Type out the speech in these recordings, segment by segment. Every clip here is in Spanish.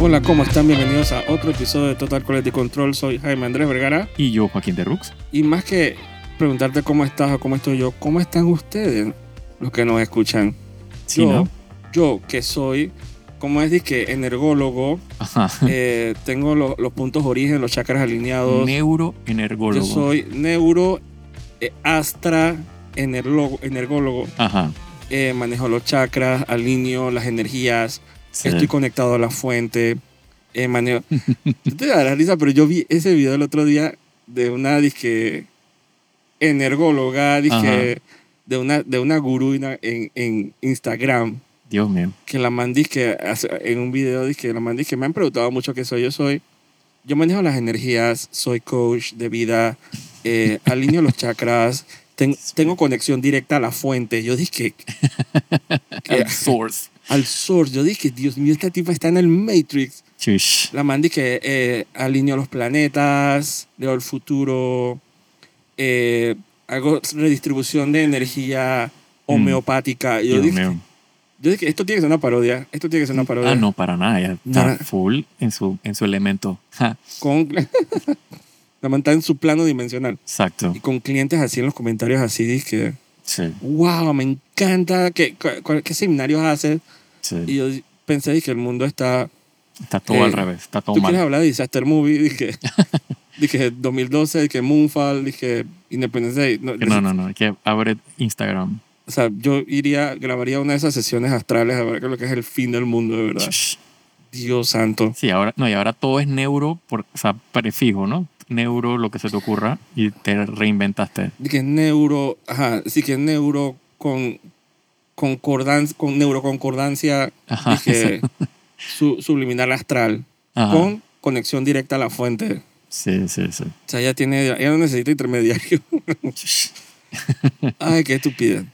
Hola, ¿cómo están? Bienvenidos a otro episodio de Total Quality Control. Soy Jaime Andrés Vergara. Y yo, Joaquín de Rux. Y más que preguntarte cómo estás o cómo estoy yo, ¿cómo están ustedes los que nos escuchan? Sí, yo, ¿no? yo que soy, como es que energólogo, Ajá. eh, tengo lo- los puntos origen, los chakras alineados. Neuroenergólogo. Yo soy neuro, eh, astra, energólogo, energólogo. Ajá. Eh, manejo los chakras, alineo las energías, Sí. estoy conectado a la fuente, eh, manejo... Yo te darás risa, pero yo vi ese video el otro día de una disque energóloga, disque, de una, de una gurú en, en- en Instagram, Dios mío. que la man que en un video que la man que me han preguntado mucho qué soy, yo soy, yo manejo las energías, soy coach de vida, eh, alineo los chakras, ten- tengo conexión directa a la fuente, yo dije que, Source. al source, yo dije, Dios mío, esta tipa está en el Matrix. Chush. La man que eh, alineó los planetas, leo el futuro, eh, hago redistribución de energía homeopática. Yo, Mm. Dios dije, mío. yo dije, esto tiene que ser una parodia, esto tiene que ser una parodia. Ah, no, para nada. Ya está Nada. full en su, en su elemento. Ja, Con, la man está en su plano dimensional. exacto. Y con clientes así en los comentarios, así dije, Sí, wow, me encanta, ¿qué, cu- cu- qué seminarios haces? sí. Y yo pensé, dije, el mundo está Está todo eh, al revés. Está todo ¿Tú quieres mal. hablar de Disaster Movie? Dije, dije 2012, dije Moonfall, dije Independencia. Day. No, Que No, no, no. Que abre Instagram. O sea, yo iría, grabaría una de esas sesiones astrales a ver qué es lo que es el fin del mundo, de verdad. Chush. Dios santo. Sí, ahora, no, y ahora todo es neuro, por, o sea, prefijo, ¿no? Neuro, lo que se te ocurra, y te reinventaste. Dije neuro, ajá, sí que neuro con concordancia, con neuroconcordancia, Ajá. dije su- subliminal astral, Ajá. con conexión directa a la fuente. Sí, sí, sí. O sea, ya tiene, ya no necesita intermediario. Ay, qué estupidez.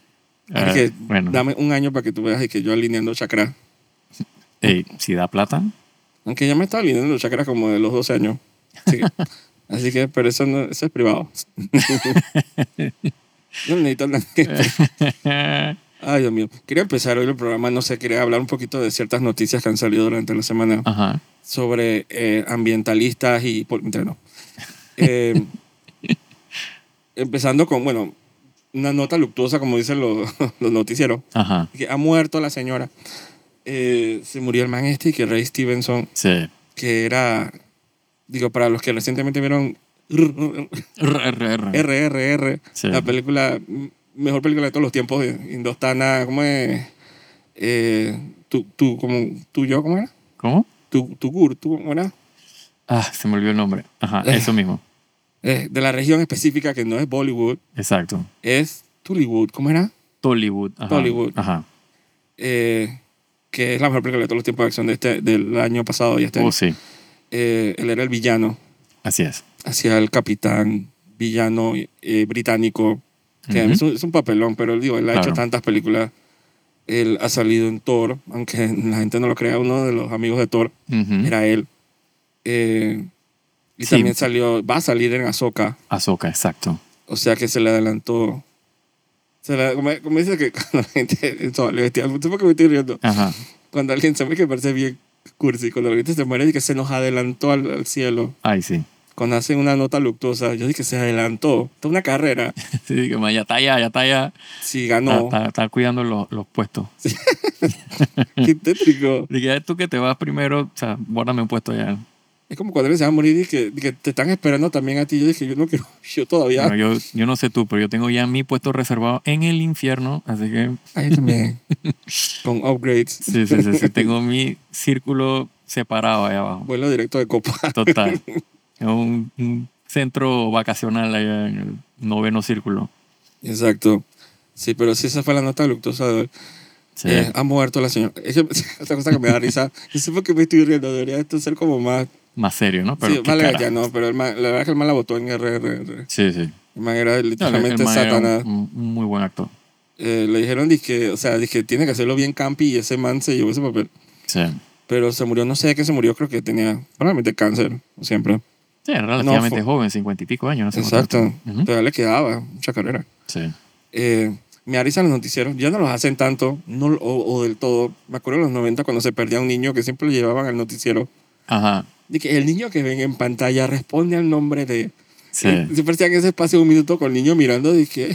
Ah, Dije, bueno, Dame un año para que tú veas y que yo alineando chakras. ey, Eh, si da plata, Aunque ya me estaba alineando los chakras como de los 12 años. Así que, así que pero eso, no- eso es privado. yo no necesito nada. Ay, Dios mío. Quería empezar hoy el programa, no sé, quería hablar un poquito de ciertas noticias que han salido durante la semana ajá, sobre eh, ambientalistas y... pol- mentira, no. Eh, empezando con, bueno, una nota luctuosa, como dicen los, los noticieros. ajá, que ha muerto la señora. Eh, se murió el man este y que Ray Stevenson, sí. que era, digo, para los que recientemente vieron RRR, R, R, R. Sí. la película, m- mejor película de todos los tiempos, de Indostana, ¿cómo es? Eh, tú, tú, como, tú, yo, ¿cómo era? ¿Cómo? Tú, tú, Gur, tú, ¿cómo era? Ah, se me olvidó el nombre. Ajá, Eh. eso mismo. Eh, de la región específica que no es Bollywood, Exacto. es Tullywood, ¿cómo era? Tollywood. Ajá. Tollywood. Ajá. Eh, que es la mejor película de todos los tiempos de acción de este, del año pasado y este. Oh, año. sí. Eh, él era el villano. Así es. hacia el capitán villano eh, británico. Que Ujú. es, un, es un papelón, pero él, digo, él ha hecho Claro. tantas películas. Él ha salido en Thor, aunque la gente no lo crea, uno de los amigos de Thor Ujú. era él. Eh, y Sí. también salió, va a salir en Ahsoka, Ahsoka, exacto. o sea que se le adelantó. Se le, como, como dice que cuando la gente eso, le vestía, no sé por qué me estoy riendo. Ajá. Cuando alguien se ve que parece bien cursi, cuando la gente se muere, dice que se nos adelantó al- al cielo Ay, sí. cuando hacen una nota luctuosa, yo dije, se adelantó. Está una carrera. Sí, digo, ma, ya está allá, ya está allá. Sí, Está, ganó. está- está cuidando los, los puestos. Qué tétrico. Dije, "Ay, tú que te vas primero, o sea, bórrame un puesto ya. Es como cuando alguien se va a morir y que, que te están esperando también a ti. Yo dije, yo no quiero, yo todavía. Bueno, yo, yo no sé tú, pero yo tengo ya mi puesto reservado en el infierno, así que Ahí también. Con upgrades. sí, sí, sí, sí, tengo mi círculo separado ahí abajo. Vuelo directo de copa. Total. Es un, un centro vacacional allá en el noveno círculo. Exacto. Sí, pero sí, esa fue la nota luctuosa de hoy. Sí. Eh, ha muerto la señora. Es que- otra cosa que me da risa. Yo sé por qué me estoy riendo. Debería esto ser como más. Más serio, ¿no? Pero sí, qué vale, cara. ya no, pero el man- la verdad es que el man la votó en RRR. Sí, sí. El man era No, el- el literalmente man era un- Satanás. un, un muy buen actor. Eh, le dijeron que o sea, dije, tiene que hacerlo bien campi y ese man se llevó ese papel. Sí. Pero se murió, no sé de qué se murió, creo que tenía probablemente cáncer, siempre. Sí, era relativamente fue- joven, cincuenta y pico años, no sé cuánto. Exacto. Ujú. Todavía le quedaba mucha carrera. Sí. Eh, me avisan los noticieros, ya no los hacen tanto, no, o, o del todo. Me acuerdo en los 90 cuando se perdía un niño que siempre lo llevaban al noticiero. Ajá. De que el niño que ven en pantalla responde al nombre de... Sí. Y Siempre hacían ese espacio de un minuto con el niño mirando de que...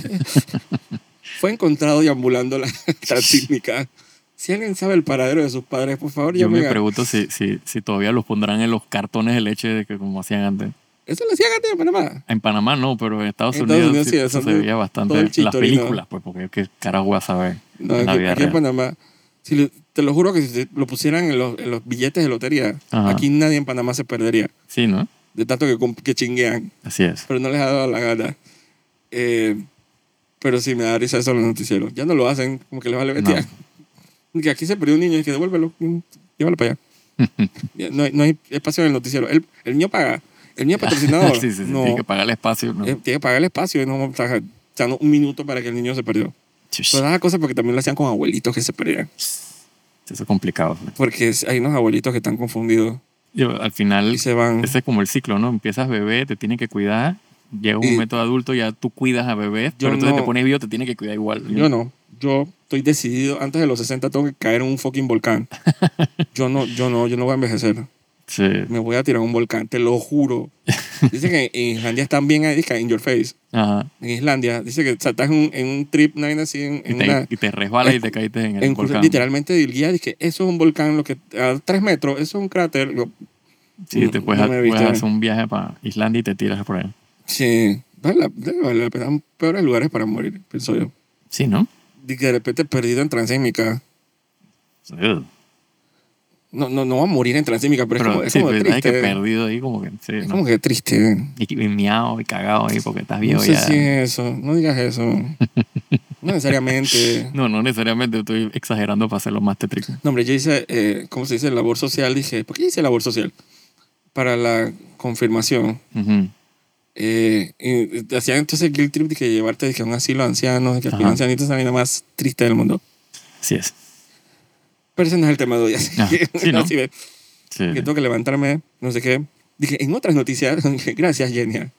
fue encontrado deambulando la, la clínica. Si alguien sabe el paradero de sus padres, por favor, Yo me llamen a- pregunto si, si, si todavía los pondrán en los cartones de leche de que como hacían antes. Eso lo hacían antes en Panamá. En Panamá no, pero en Estados En Unidos, Estados Unidos sí, sí, eso se bastante- veía bastante todo el en las chitorino. películas, pues porque qué carajo a saber. No, en la aquí, vida aquí en real. Panamá. Si lo- te lo juro que si te- lo pusieran en los, en los billetes de lotería, Ajá. aquí nadie en Panamá se perdería. Sí, ¿no? De tanto que, comp- que chinguean. Así es. Pero no les ha dado la gana. Eh, pero sí, me da risa eso en los noticieros. Ya no lo hacen, como que les vale bestia. Que aquí se perdió un niño y que devuélvelo. mm, Llévalo para allá. Ya, no, hay, no hay espacio en el noticiero. El, el niño paga. El niño es patrocinador. sí, sí, sí, no, tiene que pagar el espacio. ¿no? eh, tiene que pagar el espacio. Y no, o sea, dando un minuto para que el niño se perdió. Chush, Todas esas cosas porque también lo hacían con abuelitos que se perdían. eso es complicado. ¿no? Porque es- hay unos abuelitos que están confundidos Yo, al final, y se van. ese es como el ciclo, ¿no? Empiezas bebé, te tienen que cuidar. Llega un Y- momento de adulto, ya tú cuidas a bebé, Yo pero entonces no- te pones vivo, te tiene que cuidar igual. Yo no. Yo estoy decidido. Antes de los 60 tengo que caer en un fucking volcán. Yo no, yo no, yo no voy a envejecer. Sí. Me voy a tirar a un volcán, te lo juro. Dice que en Islandia están bien ahí, que in your face. Ajá. En Islandia, dice que o sea, estás en un, en un trip, una vaina así, en, Y en te, una... y te resbalas y te caíste en el en- volcán. literalmente el guía dice eso es un volcán lo que a tres metros eso es un cráter Yo, Sí, te No, puedes, no me he visto, puedes eh. hacer un viaje para Islandia y te tiras por ahí. sí vale la, debe valer la pena. Son peores lugares para morir pienso yo Sí, ¿no? Dice que de repente perdido en transímica Ugh. No, no, no va a morir en transímica, pero, Pero es sí, como, pues, es como pero sabes que triste. eh. perdido ahí como que... Sí, es ¿no? como que triste. Y, y miado y cagado ahí porque estás viejo No sé ya. si es eso. No digas eso. no necesariamente. No, no necesariamente estoy exagerando para hacerlo más tétrico. No, hombre, yo hice, eh, ¿cómo se dice? Labor social. Dije, ¿por qué hice labor social? Para la confirmación. Ujú. Eh, y te hacían entonces guilt trip de que llevarte dije, a un asilo de ancianos, que Ajá. los ancianitos es la vaina más triste del mundo. Así es. Pero ese no es el tema de hoy. Así Ah, que, sí, ¿no? así ve, Sí. que tengo que levantarme, no sé qué. Dije, en otras noticias, dije, gracias, Genia.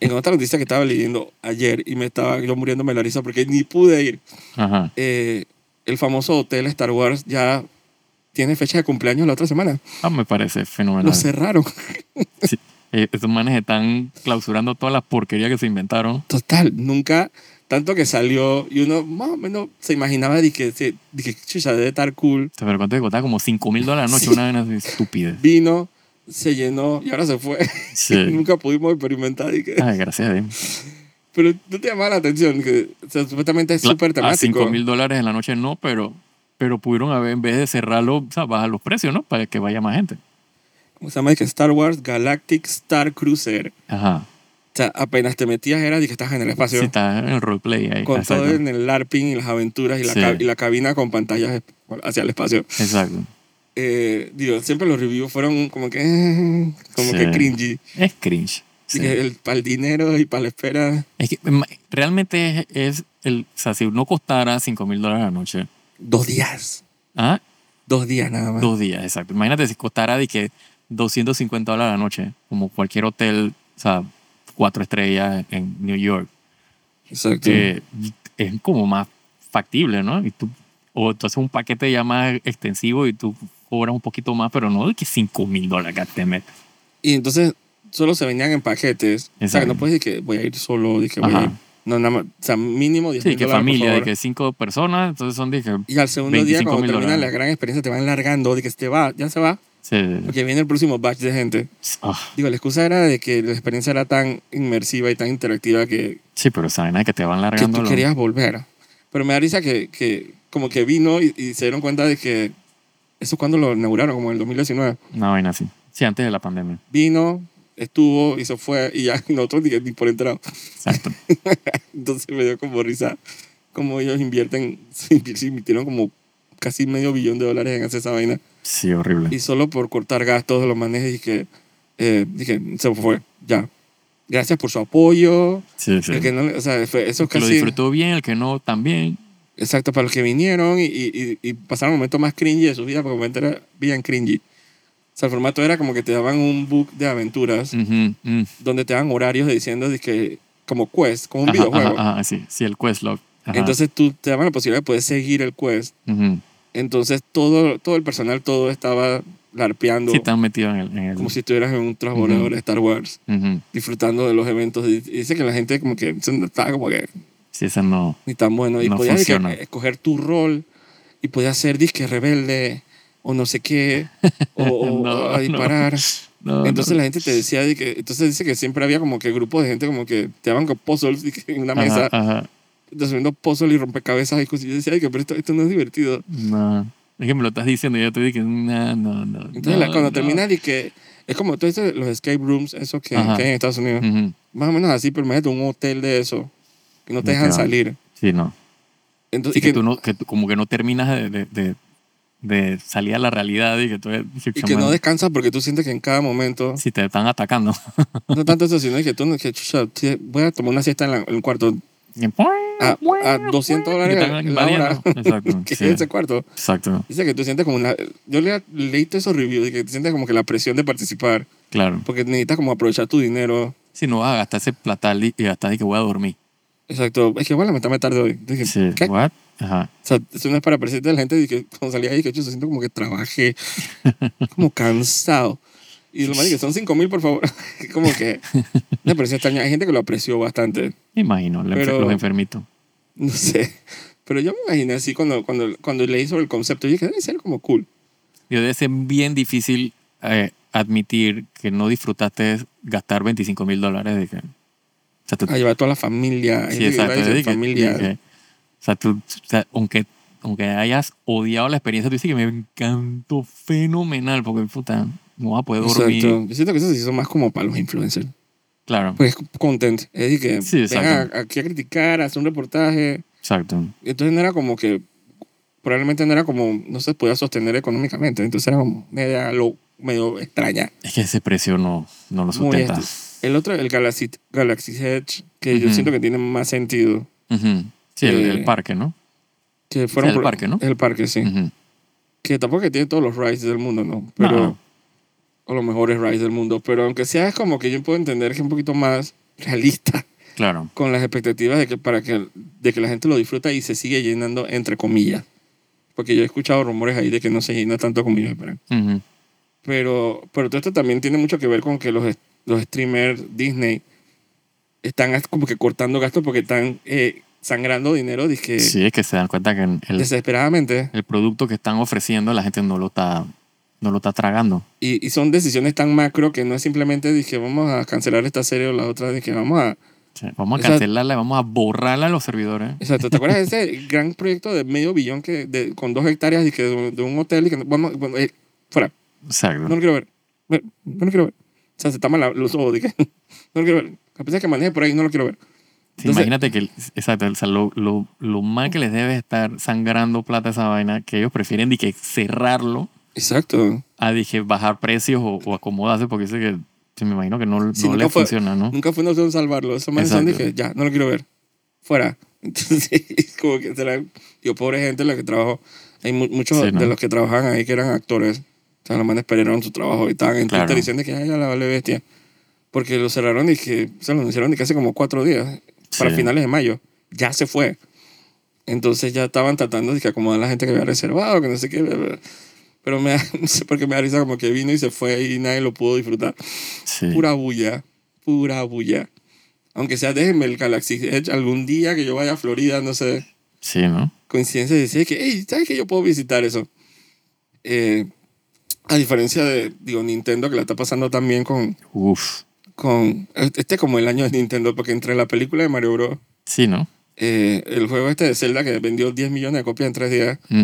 En otra noticia que estaba leyendo ayer y me estaba yo muriéndome de la risa porque ni pude ir. Ajá. Eh, el famoso hotel Star Wars ya tiene fecha de cumpleaños la otra semana. Ah, me parece Lo fenomenal. cerraron. Eh, esos manes están clausurando toda la porquería que se inventaron. Total, nunca. Tanto que salió y uno más o menos se imaginaba de que, se- de que chucha, debe estar cool. O sea, pero ¿cuánto te costaba? Como 5 mil dólares la noche, Sí. una vaina así estúpida. Vino, se llenó y ahora se fue. Sí. Ah. nunca pudimos experimentar. y que- Ay, gracias a Dios. Pero no te llamaba la atención. Que, o sea, supuestamente es súper A 5 temático. mil dólares en la noche no, pero, pero pudieron haber, en vez de cerrarlo, o sea, bajar los precios, ¿no? Para que vaya más gente. ¿Cómo se llama? Dije, Star Wars Galactic Star Cruiser. Ajá. O sea, apenas te metías era de que estás en el Sí, espacio. está en el roleplay ahí. con exacto. todo en el LARPing y las aventuras y la, Sí. ca- y la cabina con pantallas hacia el espacio. Exacto. Eh, digo, siempre los reviews fueron como que... eh, Como Sí. que cringy. Es cringe. Sí. Dije, el, para el dinero y para la espera. Es que mm, realmente es, es el, o sea, si no costara 5 mil dólares la noche, Dos días. ah, Dos días nada más. dos días, exacto. Imagínate si costara de que 250 dólares la noche, como cualquier hotel, o sea, cuatro estrellas en New York, Exacto. que es como más factible, ¿no? Y tú, o tú haces un paquete ya más extensivo y tú cobras un poquito más, pero no de que 5 mil dólares que te metes. Y entonces solo se venían en paquetes. O sea, que Exacto. no puedes decir que voy a ir solo. Dije, voy a Ajá. ir. No, nada más. O sea, mínimo 10 Sí, que dólares, por familia, de favor. que cinco personas, entonces son de que... Y al segundo día, 25 cuando mil termina la dólares. gran experiencia, te van largando de que te va, ya se va, se- porque viene el próximo batch de gente. ah. Digo, la excusa era de que la experiencia era tan inmersiva y tan interactiva que, Sí, pero saben que te van que largando. tú lo- querías volver. Pero me da risa que, que como que vino y, y se dieron cuenta de que eso cuando lo inauguraron, como en el 2019. Una vaina así. Sí, antes de la pandemia. Vino, estuvo y se fue y ya nosotros ni, ni por entrado. Exacto. Entonces me dio como risa como ellos invierten, se invirtieron como casi medio billón de dólares en hacer esa vaina. Sí, horrible. Y solo por cortar gastos de los manes dije, eh, dije, se fue, ya. Gracias por su apoyo. Sí, sí. El que no le- o sea, fue- eso El es que lo casi... disfrutó bien, el que no también. Exacto, para los que vinieron y, y, y- y pasaron momentos más cringy de su vida, porque el momento era bien cringy. O sea, el formato era como que te daban un book de aventuras Ujú, mm. donde te daban horarios diciendo que como quest, como un Ajá, videojuego. ajá, ajá, sí. Sí, el Questlog. Ajá. Entonces tú te daban la posibilidad de poder seguir el quest. Ujú. Entonces todo, todo el personal, todo estaba larpeando Sí, están metidos en el. en el- como si estuvieras en un transbordador Ujú. de Star Wars, Ujú. disfrutando de los eventos. Y y dice que la gente como que se- estaba como que Sí, esa no. ni tan bueno. Y No podías de que funciona. escoger tu rol y podías ser disque rebelde o no sé qué, o, o- No, o no. a disparar. no Entonces no. la gente te decía, de que, entonces dice que siempre había como que grupos de gente como que te daban con puzzles y que en una mesa, Ajá, ajá. resolviendo puzzles y rompecabezas y cosas. Y yo decía, ay, que pero esto, esto no es divertido. No. Es que me lo estás diciendo y yo te dije, no, no, no. Entonces no, la- cuando no. terminas y que es como tú dices, los escape rooms, esos que, que Ajá. hay en Estados Unidos, Ujú. más o menos así, pero imagínate un hotel de eso que no te Ya dejan te va. salir. Sí, no. Entonces, y Sí, que, que- tú no, que tú como que no terminas de, de, de- de salir a la realidad y que tú... y que no descansas porque tú sientes que en cada momento Si te están atacando. No tanto eso, sino que tú no- que chucha, sí, voy a tomar una siesta en, la- en el cuarto a, a 200 Y dólares están la- la hora. invadiendo. Exacto. que sí, es ese cuarto. exacto. Dice que tú sientes como una. Yo le, leí todos esos reviews y que tú sientes como que la presión de participar. Claro. Porque necesitas como aprovechar tu dinero. Si no vas a gastar ese platal y y gastar y que voy a dormir. Exacto. Es que voy a lamentarme tarde hoy. Dije, Sí. ¿qué? O What? Ajá. sea, eso no es para presentar a la gente. Dije, cuando salí ahí, dije, yo siento como que trabajé. como cansado. Y lo más que son 5 mil, por favor. como que. Me pareció extraño. Hay gente que lo apreció bastante. Me imagino, la enfer- Pero- los enfermitos. No sé. Pero yo me imaginé así cuando, cuando, cuando leí sobre el concepto. Yo dije, debe ser como cool. Yo debe ser bien difícil eh, admitir que no disfrutaste gastar 25 mil dólares. de que- O sea, tú- A llevar a toda la familia. Hay gente Sí, que exacto. iba a de decir que- familia. de que- o sea, tú, o sea, aunque, aunque hayas odiado la experiencia, tú dices que me encantó fenomenal, porque puta, no vas a poder dormir. Exacto. Yo siento que eso se hizo más como para los influencers. Claro, Pues content. Es decir, que Sí, vengan exacto. a- aquí a criticar, a hacer un reportaje. exacto. Entonces no era como que. Probablemente no era como. No se podía sostener económicamente. Entonces era como una idea lo, medio extraña. Es que ese precio no, no lo Muy sustenta. este. El otro, el Galaxy, Galaxy Edge, que yo Ujú. siento que tiene más sentido. Ujú. Sí, el, Eh, el parque, ¿no? Que fueron el por- parque, ¿no? El parque, sí. Ujú. que tampoco que tiene todos los rides del mundo, ¿no? Pero, No. o los mejores rides del mundo, pero aunque sea es como que yo puedo entender que es un poquito más realista Claro, con las expectativas de que, para que, de que la gente lo disfruta y se sigue llenando, entre comillas. Porque yo he escuchado rumores ahí de que no se llena tanto como yo esperaba. Ujú. Pero, pero todo esto también tiene mucho que ver con que los, est- los streamers Disney están as- como que cortando gastos porque están eh, sangrando dinero dizque, sí, es que se dan cuenta que el, desesperadamente. el producto que están ofreciendo la gente no lo está, no lo está tragando. Y, y son decisiones tan macro que no es simplemente dije vamos a cancelar esta serie o la otra, dije vamos a... O sea, vamos a Esa- cancelarla, vamos a borrarla a los servidores. Exacto, ¿te acuerdas de ese gran proyecto de medio billón que de- con dos hectáreas dizque, de, de un hotel y que vamos, bueno, eh, fuera, no Exacto. lo quiero ver, no, no lo quiero ver. O sea, se tapan la- los ojos, dije, no lo quiero ver. A pesar que maneje por ahí, no lo quiero ver. Sí, Entonces- imagínate que, el- exacto, o sea, lo, lo, lo mal que les debe estar sangrando plata esa vaina, que ellos prefieren de que cerrarlo Exacto. a de que bajar precios o, o acomodarse, porque dice que sí, me imagino que no, Sí, no nunca les fue- funciona, ¿no? Nunca fue una opción salvarlo. Eso me decían, Exacto. dije, ya, no lo quiero ver, fuera. Entonces, como que será, yo pobre gente la que trabajó, hay mu- muchos Sí, ¿no? de los que trabajan ahí que eran actores, o sea, los manes perdieron su trabajo y estaban en Claro. Twitter diciendo que ay, ya la vale bestia. Porque lo cerraron y que se lo anunciaron de que hace como cuatro días, para Sí. finales de mayo. Ya se fue. Entonces ya estaban tratando de que acomodar a la gente que había reservado, que no sé qué. bla, bla. Pero me da, no sé por qué me da risa como que vino y se fue y nadie lo pudo disfrutar. Sí. Pura bulla, pura bulla. Aunque sea, déjenme el Galaxy Edge algún día que yo vaya a Florida, no sé. Sí, ¿no? Coincidencia decía que, hey, ¿sabes que yo puedo visitar eso? Eh, a diferencia de, digo, Nintendo, que la está pasando también con, Uf. con... Este es como el año de Nintendo, porque entre la película de Mario Bros., Sí, ¿no? eh, el juego este de Zelda que vendió 10 millones de copias en 3 días, Mm.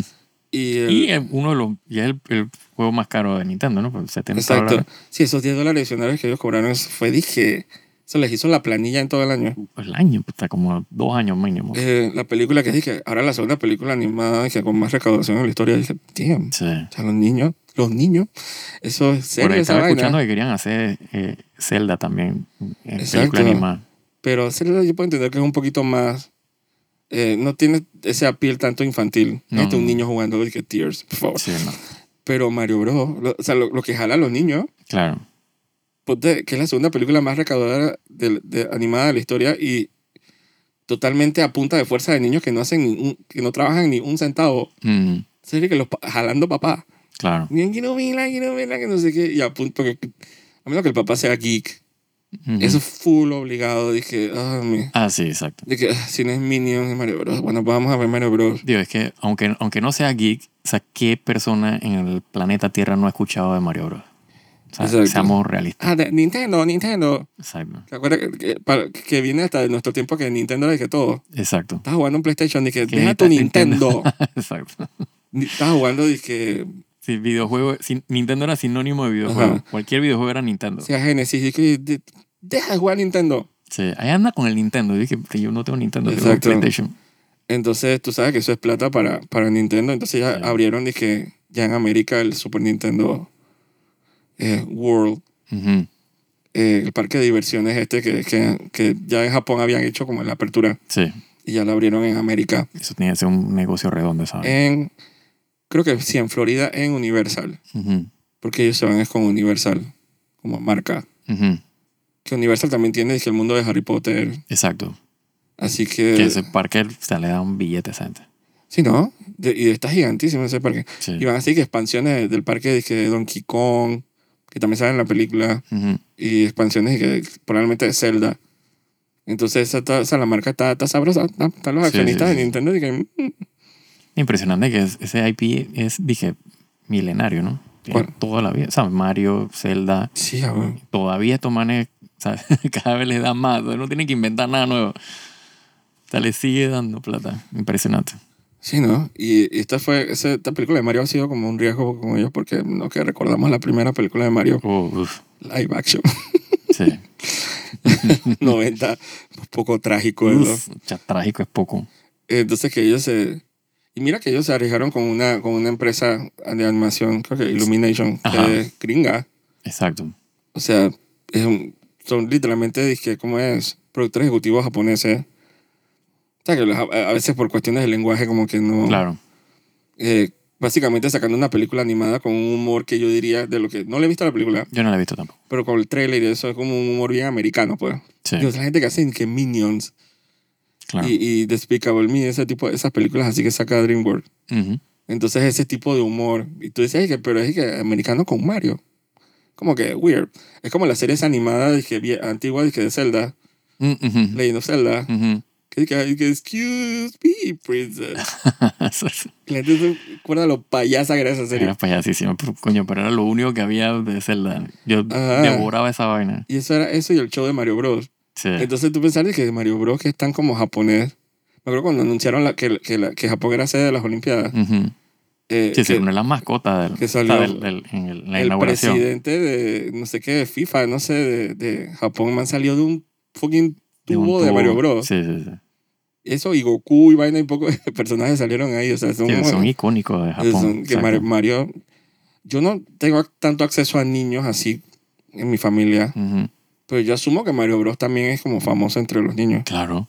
y el... Y es uno de los, y es el, el juego más caro de Nintendo, ¿no? Por 70 exacto. dólares. Sí, esos 10 dólares adicionales que ellos cobraron, eso fue, dije, eso les hizo la planilla en todo el año. El año, está como dos años mínimo. Eh, la película que dije, ahora la segunda película animada que con más recaudación en la historia, dije, damn, Sí. o sea, los niños, los niños, eso es Por serio ahí esa estaba escuchando vaina. que querían hacer eh, Zelda también, en Exacto. película animada. Pero serio, yo puedo entender que es un poquito más, eh, no tiene ese appeal tanto infantil. No, Este, un no, no. niño jugando, dije, Tears, por favor. Sí, ¿no? Pero Mario Bros, lo- o sea, lo, lo que jala a los niños, pues, Claro. ponte que es la segunda película más recaudadora de, de- animada de la historia y totalmente a punta de fuerza de niños que no hacen ningún, que no trabajan ni un centavo. Mm, Serio que los pa- jalando papá. claro. Bien, quiero verla, quiero verla, que no sé qué. Y a punto que, a menos que el papá sea geek, Ujú. eso es full obligado. Dije, ah, mi- Ah, sí, exacto. de que, ah, si no es Minion, es Mario Bros. Bueno, pues vamos a ver Mario Bros. Digo, es que aunque, aunque no sea geek, o sea, ¿qué persona en el planeta Tierra no ha escuchado de Mario Bros? O sea, Exacto. seamos realistas. Ah, de Nintendo, Nintendo. Exacto. ¿Te acuerdas que, que, para- que viene hasta de nuestro tiempo que Nintendo era de que todo? Exacto. Estás jugando un PlayStation, dije, Que Pues deja tu Nintendo. Nintendo. Exacto. Ni- Estás jugando, dije, Sí, videojuego, sin- Nintendo era sinónimo de videojuego. Ajá. Cualquier videojuego era Nintendo. Sí. sea Genesis, dije, de- deja de jugar Nintendo. Ahí anda con el Nintendo. Dije que yo no tengo Nintendo, tengo Exacto. PlayStation. Entonces, tú sabes que eso es plata para, para Nintendo. Entonces, ya Ya. abrieron, dije, ya en América, el Super Nintendo eh, World, Ujú. eh, el parque de diversiones este que, que, que ya en Japón habían hecho como la apertura Sí, y ya la abrieron en América. eso tenía que ser un negocio redondo, ¿sabes? En, creo que sí, en Florida, en Universal. Ujú, Porque ellos se van es con Universal como marca. ujú. Que Universal también tiene, dije, el mundo de Harry Potter. Exacto. Así que... que ese parque se le da un billete a esa gente. Sí, ¿no? De- y está gigantísimo ese parque. Sí. Y van así que expansiones del parque dizque, de Donkey Kong, que también sale en la película, Ujú. y expansiones que probablemente de Zelda. Entonces, esa, ta- esa la marca está, está sabrosa. Está- Están los Sí, accionistas sí, sí. de Nintendo y que, mm, Impresionante que es- ese IP es, dije, milenario, ¿no? Tiene ¿Cuál? Toda la vida. O sea, Mario, Zelda, sí, ya, bueno. todavía estos manes, o sea, cada vez les dan más. No tienen que inventar nada nuevo. O sea, le sigue dando plata. Impresionante. Sí, ¿no? Y, y esta, fue, ese- esta película de Mario ha sido como un riesgo con ellos porque no que recordamos la primera película de Mario Oh, uf. live action, Sí. 90, un poco trágico. ¿no? Uf, ya trágico es poco. Entonces que ellos se... Y mira que ellos se arriesgaron con una, con una empresa de animación, creo que Illumination, Ajá. que es gringa. Exacto. O sea, es un- son literalmente, dizque, ¿cómo es? Productores ejecutivos japoneses. O sea, que los- a a veces por cuestiones de lenguaje como que no... Claro. Eh, básicamente sacando una película animada con un humor que yo diría de lo que... No le he visto la película, Yo no la he visto tampoco. pero con el trailer y eso es como un humor bien americano, pues. Sí, Y otra gente que hacen que Minions claro. y, y Despicable Me, ese tipo, esas películas así que saca DreamWorks. Ujú. Entonces ese tipo de humor. Y tú dices, "Ay, que- pero es que americano con Mario. Como que weird. Es como la serie animada de que, vie- antigua de, que de Zelda, Mm, ujú. Legend of Zelda. Ujú. Que, que, que, excuse me, princess. Y La gente se recuerda lo payasa que era esa serie. Era payasísimo, pero coño, pero era lo único que había de Zelda. Yo Ajá. devoraba esa vaina. Y eso era eso y el show de Mario Bros. Sí. Entonces tú pensar de que Mario Bros que están como japonés. Me acuerdo cuando anunciaron la, que, que, la- que Japón era sede de las Olimpiadas. Ujú. eh, Sí, sí, que una de las mascotas del, que salió o sea, del- del- en el- la el inauguración. presidente de no sé qué, de FIFA, no sé, de, de Japón, man salió de un fucking De un tubo de, tubo. Mario Bros. Sí, sí, sí. Eso y Goku y vaina y poco de personajes salieron ahí. O sea, son, Sí, como- son icónicos de Japón. son- que exacto. Mario, Mario- Yo no tengo tanto acceso a niños así en mi familia, Ujú. pero yo asumo que Mario Bros también es como famoso entre los niños Claro.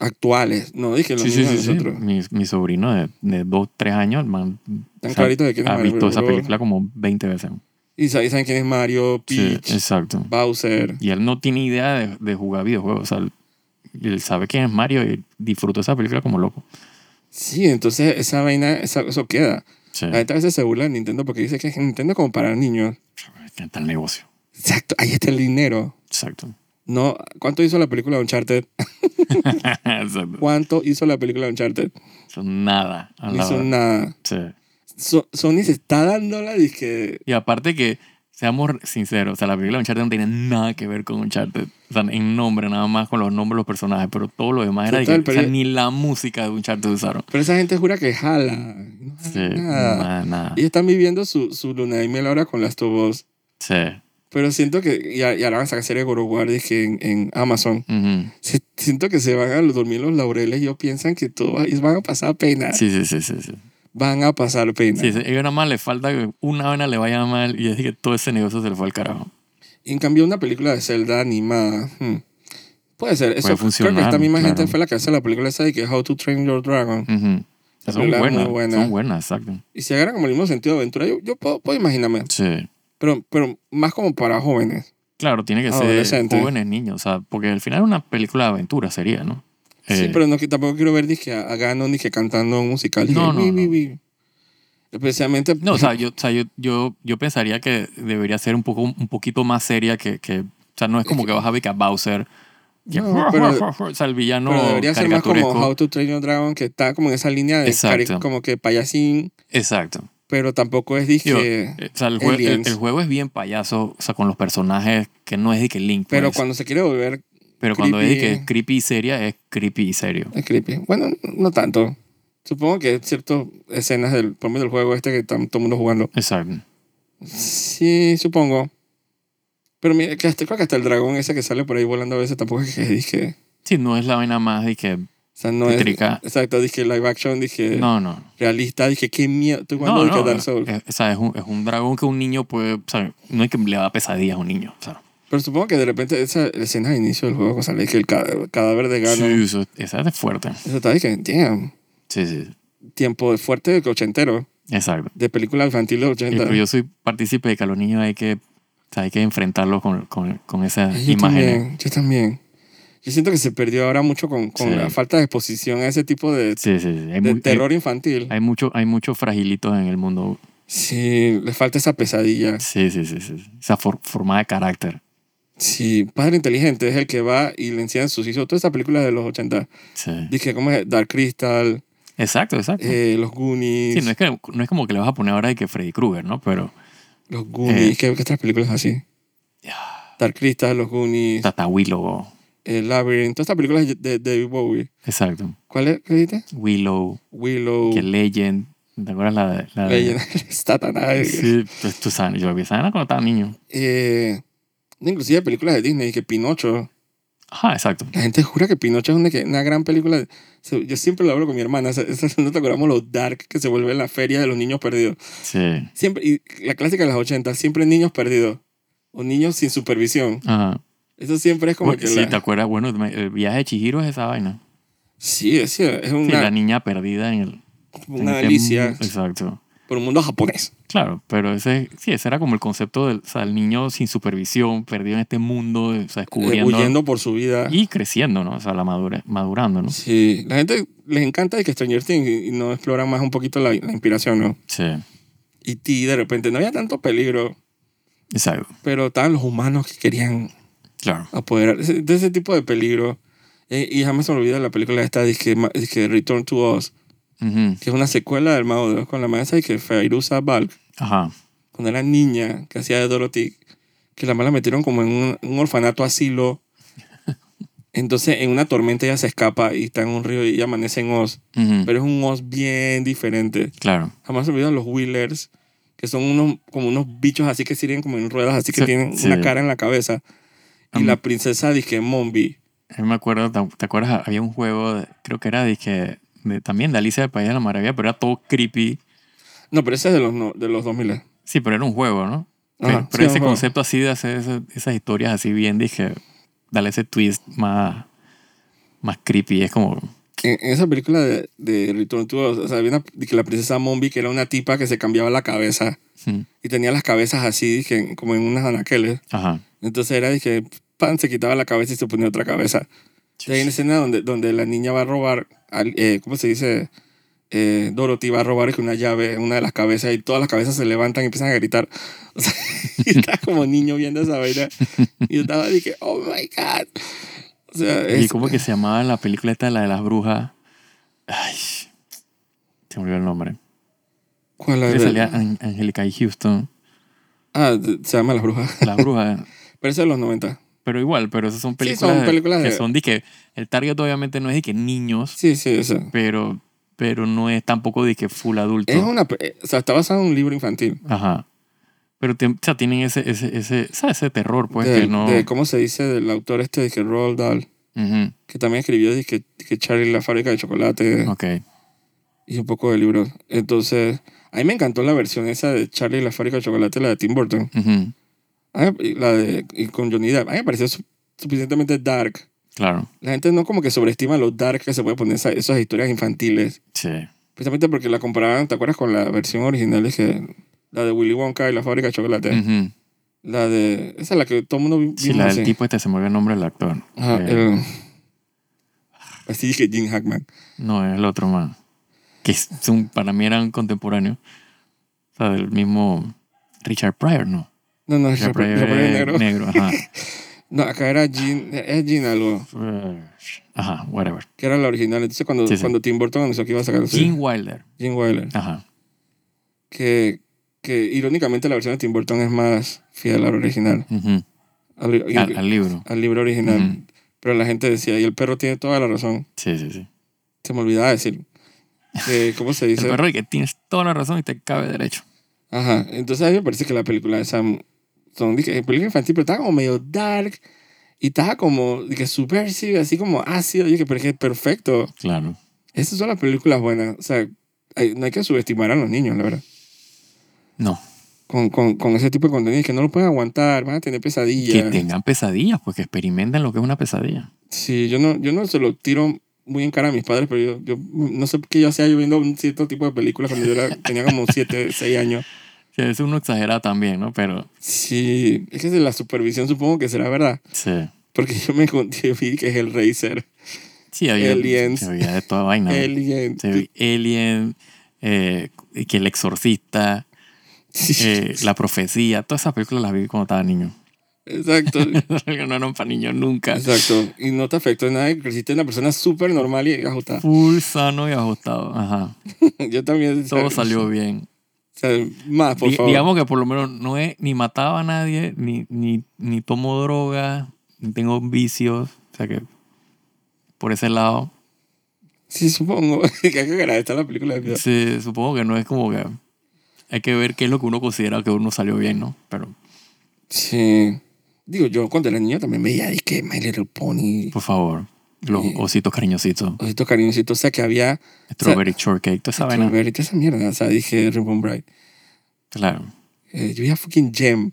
actuales. No dije los Sí, sí, niños sí. de sí. nosotros. Mi, mi sobrino de, de dos, tres años, el man, Tan o sea, clarito de quién es ha Mario visto esa Bros. película como 20 veces. Y sa- y saben quién es Mario, Sí, Peach, exacto. Bowser. Y él no tiene idea de, de jugar videojuegos. O sea, él- él sabe quién es Mario y disfruta esa película como loco. Sí, entonces esa vaina, esa- eso queda. Sí, La gente a veces se burla de Nintendo porque dice que Nintendo es como para niños. está el negocio. Exacto, ahí está el dinero. Exacto. No, ¿cuánto hizo la película de Uncharted? Exacto. ¿Cuánto hizo la película de Uncharted? Eso nada. a No la hizo verdad. nada. Sí. So- Sony se está dando la disque... Y aparte que, seamos sinceros, o sea, la película de Uncharted no tiene nada que ver con Uncharted. O sea, en nombre, nada más con los nombres de los personajes, pero todo lo demás era... de que- Total, o sea, pero- ni la música de Uncharted usaron. Pero esa gente jura que jala. No jala Sí, nada. nada, nada. Y están viviendo su, su luna de miel ahora con las tubos. Sí. Pero siento que ya, ya la van a sacar serie de God of War, dizque, en, en Amazon. Ujú. Si- Siento que se van a dormir los laureles. Ellos piensan que todo va- y van a pasar pena. Sí, sí, sí, sí, sí. Van a pasar pena. Sí, sí, ellos nada más le falta que una vena le vaya mal y es que todo ese negocio se le fue al carajo. Y En cambio, una película de Zelda animada. hmm, Puede ser. Eso, Puede creo que funcionar, esta misma claro. gente fue la que hace la película esa de que How to Train Your Dragon. Ujú. La Son película es muy buenas, buena. son buenas, exacto. Y si agarran como el mismo sentido de aventura, yo, yo puedo, puedo imaginarme. Sí. Pero, pero más como para jóvenes. Claro, tiene que ser Adolescente. jóvenes niños, o sea, porque al final una película de aventura sería, ¿no? Sí, Eh, pero no, que tampoco quiero ver ni que a, a Ganon ni que cantando un musical. Dije, No, no, "Bi, no. bi, bi". Especialmente. No, o sea, yo, o sea, yo, yo, yo pensaría que debería ser un, poco, un poquito más seria que, que... O sea, no es como que vas a ver que a Bowser... que- No, pero- o sea, el villano pero debería ser más como caricaturesco. How to Train Your Dragon, que está como en esa línea de cari- Exacto. como que payasín, Exacto. pero tampoco es disque. Digo, eh, o sea, el, jue- el- aliens. el juego es bien payaso, o sea, con los personajes que no es de que Link, pero pues, cuando se quiere volver pero cuando es de creepy- que creepy y seria, es creepy y serio. es creepy. Bueno, no tanto. Supongo que ciertas escenas del, por lo menos del juego este que están todo el mundo jugando. Exacto. Sí, supongo. Pero mira, que hasta, creo que hasta el dragón ese que sale por ahí volando a veces tampoco es que disque. O Sí, no es la vaina más de que... sea, no es. Tétrica. Exacto, dije live action, dije No, no. realista, dije qué miedo. ¿Tú cuándo no, dije no, eh. Dark Souls? Es, o sea, es un, es un dragón que un niño puede... O sea, no es que le da pesadillas a un niño. O sea, Pero supongo que de repente esa escena de inicio del juego, sale que el ca- cadáver de Ganon. sí, eso, esa es fuerte. Eso está, dije, damn. Sí, sí. Tiempo fuerte de ochentero, Exacto. de película infantil de Y- ochenta. pero yo soy partícipe de que a los niños hay que... o sea, hay que enfrentarlos con, con, con esas Ay, Yo imágenes. también, yo también. Yo siento que se perdió ahora mucho con, con Sí. la falta de exposición a ese tipo de, Sí, eh, sí, sí. Hay, de mu- hay- terror infantil. hay mucho, hay muchos fragilitos en el mundo. Sí, le falta esa pesadilla. Sí, sí, sí, sí. Esa for- forma de carácter. Sí, Padre Inteligente es el que va y le enseñan sus hijos. Todas esas películas de los 80. Sí. Dije, ¿cómo es? Dark Crystal, Exacto, exacto. eh, los Goonies. Sí, no es, que, no es como que le vas a poner ahora de que Freddy Krueger, ¿no? Pero Los Goonies. Eh. ¿Qué, qué otras películas así? Ya. Dark Crystal, los Goonies, Tata Willow. el Labyrinth. Todas estas películas de, de David Bowie. Exacto. ¿Cuál es? ¿Qué dijiste? Willow, Willow, que Legend. ¿Te acuerdas la de... La de- Legend, Staten Island. Sí, pues, tú sabes, yo vi esa vaina cuando estaba niño. Eh, inclusive películas de Disney, que Pinocho. Ajá, exacto. La gente jura que Pinocho es una, que- una gran película. Se- Yo siempre lo hablo con mi hermana. Esa- esa- No te acordamos los dark que se vuelve la feria de los niños perdidos. Sí. Siempre, y la clásica de las 80, siempre niños perdidos. O niños sin supervisión. Ajá. Eso siempre es como Bueno, que sí, la- ¿te acuerdas? Bueno, me- el viaje de Chihiro es esa vaina. Sí, es, sí, es Sí, la una, niña perdida en el... una en ese- delicia Exacto. por un mundo eh, japonés. Claro, pero ese, sí, ese era como el concepto del o sea, el niño sin supervisión, perdido en este mundo, o sea, eh, descubriendo huyendo por su vida. y creciendo, ¿no? O sea, la madura, madurando, ¿no? Sí, la gente les encanta de que Stranger Things y y no exploran más un poquito la, la inspiración, ¿no? Sí, Y ti, de repente, no había tanto peligro, exacto, pero estaban los humanos que querían claro. apoderar ese- de ese tipo de peligro. Eh, y jamás se me olvida la película esta, dizque, ma- dizque Return to Us, Ujú, que es una secuela del Mago de Oz con la maestra y que Fairuza Balk, Ajá, cuando era niña, que hacía de Dorothy, que la mala metieron como en un, un orfanato asilo. Entonces, en una tormenta ella se escapa y está en un río y ella amanece en Oz. ujú, Pero es un Oz bien diferente. claro. Jamás se me olvidan los Wheelers, que son unos, como unos bichos así que sirven como en ruedas, así que Sí, tienen sí. una cara en la cabeza. Y Am- la princesa, dije, Mombi. A mí me acuerdo, ¿te- ¿te acuerdas? Había un juego, de- creo que era de que, de- también de Alicia del País de la Maravilla, pero era todo creepy. No, pero ese es de los, no- de los 2000. Sí, pero era un juego, ¿no? Pe- Ajá, pero sí, ese ajá. concepto así de hacer esa- esas historias así bien, dije, dale ese twist más, más creepy, es como... En, en esa película de, de Return to Oz, o sea, había una- de que la princesa Mombi, que era una tipa que se cambiaba la cabeza mm, y tenía las cabezas así, dije, como en unas anaqueles. Ajá. Entonces era, dije, pan, se quitaba la cabeza y se ponía otra cabeza. Y hay una escena donde, donde la niña va a robar, al- eh, ¿cómo se dice? Eh, Dorothy va a robar dije, una llave, en una de las cabezas, y todas las cabezas se levantan y empiezan a gritar. O sea, y estaba como niño viendo esa vaina. Y yo estaba, dije, oh my God. O sea, ¿Y es- cómo que se llamaba la película esta, la de las brujas? Ay, se me olvidó el nombre. ¿cuál Que era? salía An- Angélica y Houston, Ah, se llama Las Brujas. las brujas. Pero eso es de los 90. Pero igual, pero esas son Sí, películas, son películas que de- son de que el target obviamente no es de que niños, Sí, sí, eso. pero, pero no es tampoco de que full adulto. Es una, pe- eh, o sea, está basado en un libro infantil. Ajá. Pero te- o sea, tienen ese, ese, ese, o sea, ese terror, pues, de, que no... de cómo se dice del autor este de que Roald Dahl, Ujú, que también escribió dizque, que Charlie y la fábrica de chocolate. Ok. y un poco de libros. Entonces, a mí me encantó la versión esa de Charlie y la fábrica de chocolate, la de Tim Burton. ujú, A mí- y la de, y con Johnny Depp. A mí me pareció su- suficientemente dark. Claro. La gente no como que sobreestima lo dark que se puede poner esa- esas historias infantiles. Sí. Precisamente porque la comparaban, ¿te acuerdas con la versión original? de que la de Willy Wonka y la fábrica de chocolate. ujú. La de... Esa es la que todo el mundo vi- Mm. Sí, vimos la del así. Eh. tipo este se me olvidó el nombre del actor. Ajá, Eh, el- Así que Jim Hackman. No, es el otro más. Que es un- para mí eran contemporáneos. O sea, del mismo Richard Pryor, ¿no? No, no, Richard Richard Pryor Pryor Richard Pryor es negro. negro. Ajá. No, acá era Jim, es Jim algo, Pryor. Ajá, whatever. que era la original. Entonces cuando, Sí, sí. cuando Tim Burton anunció que iba a sacar sí, Gene Wilder. Gene Wilder, Ajá. que, que irónicamente la versión de Tim Burton es más fiel a la original, Ujú. al, Al, al libro. al libro original. Ujú. Pero la gente decía, y el perro tiene toda la razón. Sí, sí, sí. Se me olvidaba decir. Que, ¿Cómo se El dice? perro y que tienes toda la razón y te cabe derecho. Ajá, entonces a mí me parece que la película de Sam, son, dije, película infantil, pero estaba como medio dark y estaba como, dije, subversive, así como ácido. Yo dije, pero es que es perfecto. Claro. Esas son las películas buenas. O sea, hay- no hay que subestimar a los niños, la verdad. No. Con, con, con ese tipo de contenido es que no lo pueden aguantar, van a tener Que pesadillas. tengan pesadillas, pues que experimenten lo que es una pesadilla. Sí, yo no, yo no se lo tiro muy en cara a mis padres, pero yo, yo no sé qué yo hacía yo viendo un cierto tipo de películas cuando yo era- tenía como 7, 6 años. Sí, eso uno exagera también, ¿no? Pero Sí, es que de la supervisión supongo que será verdad. sí. Porque yo me encontré, vi que es el Racer, Sí, había, Aliens. sí, había de toda vaina. ¿no? Alien. Sí, vi Alien, eh, que el exorcista, Sí, eh, la profecía, todas esas películas las vi cuando estaba niño. Exacto, no eran para niños nunca. exacto. Y no te afectó en nada, y creciste una persona súper normal y ajustada. Full sano y ajustado. Ajá. Yo también. Todo o sea, salió bien. o sea, más, por Di- favor. digamos que por lo menos no es, ni mataba a nadie, ni, ni, ni tomo drogas, ni tengo vicios. O sea que por ese lado, Sí, supongo. que hay que agradecer la película de miedo. sí, supongo que no es como que hay que ver qué es lo que uno considera que uno salió bien, ¿no? Pero Sí. Digo, yo cuando era niño también veía, dije, My Little Pony. por favor, los Sí. ositos cariñositos, Ositos cariñositos. O sea, que había... strawberry shortcake, toda esa vaina. Strawberry, toda esa mierda. O sea, dije, Ribbon Bright. Claro. Eh, yo veía fucking Gem.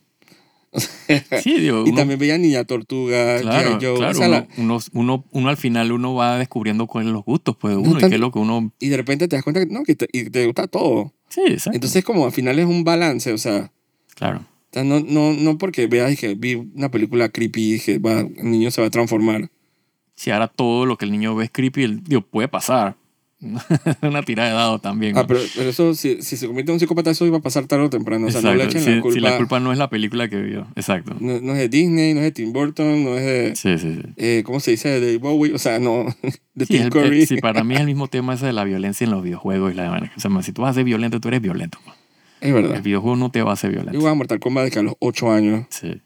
Sí, digo, Y uno- también veía Niña Tortuga, claro, G.I. Joe. claro, o sea, la- uno, uno, uno- uno al final uno va descubriendo cuáles son los gustos pues, de uno y tan- qué es lo que uno... y de repente te das cuenta que no, que te, y te gusta todo. Sí, exacto. Entonces, como al final es un balance, o sea, claro. o sea, no, no, no porque veas que vi una película creepy que va, el niño se va a transformar. Ah, Si ahora todo lo que el niño ve es creepy, el- digo, puede pasar. Una tirada de dado también. Ah, ¿no? pero, pero eso, si, si se convierte en un psicópata, eso iba a pasar tarde o temprano. O sea, no le Exacto, echen si, la culpa. si la culpa no es la película que vio. Exacto. No, no es de Disney, no es de Tim Burton, no es de. Sí, sí, sí. eh, ¿Cómo se dice? De David Bowie, o sea, no. De Sí, Tim es el- Curry. eh, sí, para mí es el mismo tema ese de la violencia en los videojuegos y la vaina. O sea, man, si tú vas a ser violento, tú eres violento. man. Es El verdad. videojuego no te va a hacer Yo violento. jugaba a Mortal Kombat desde que a los 8 años. Sí,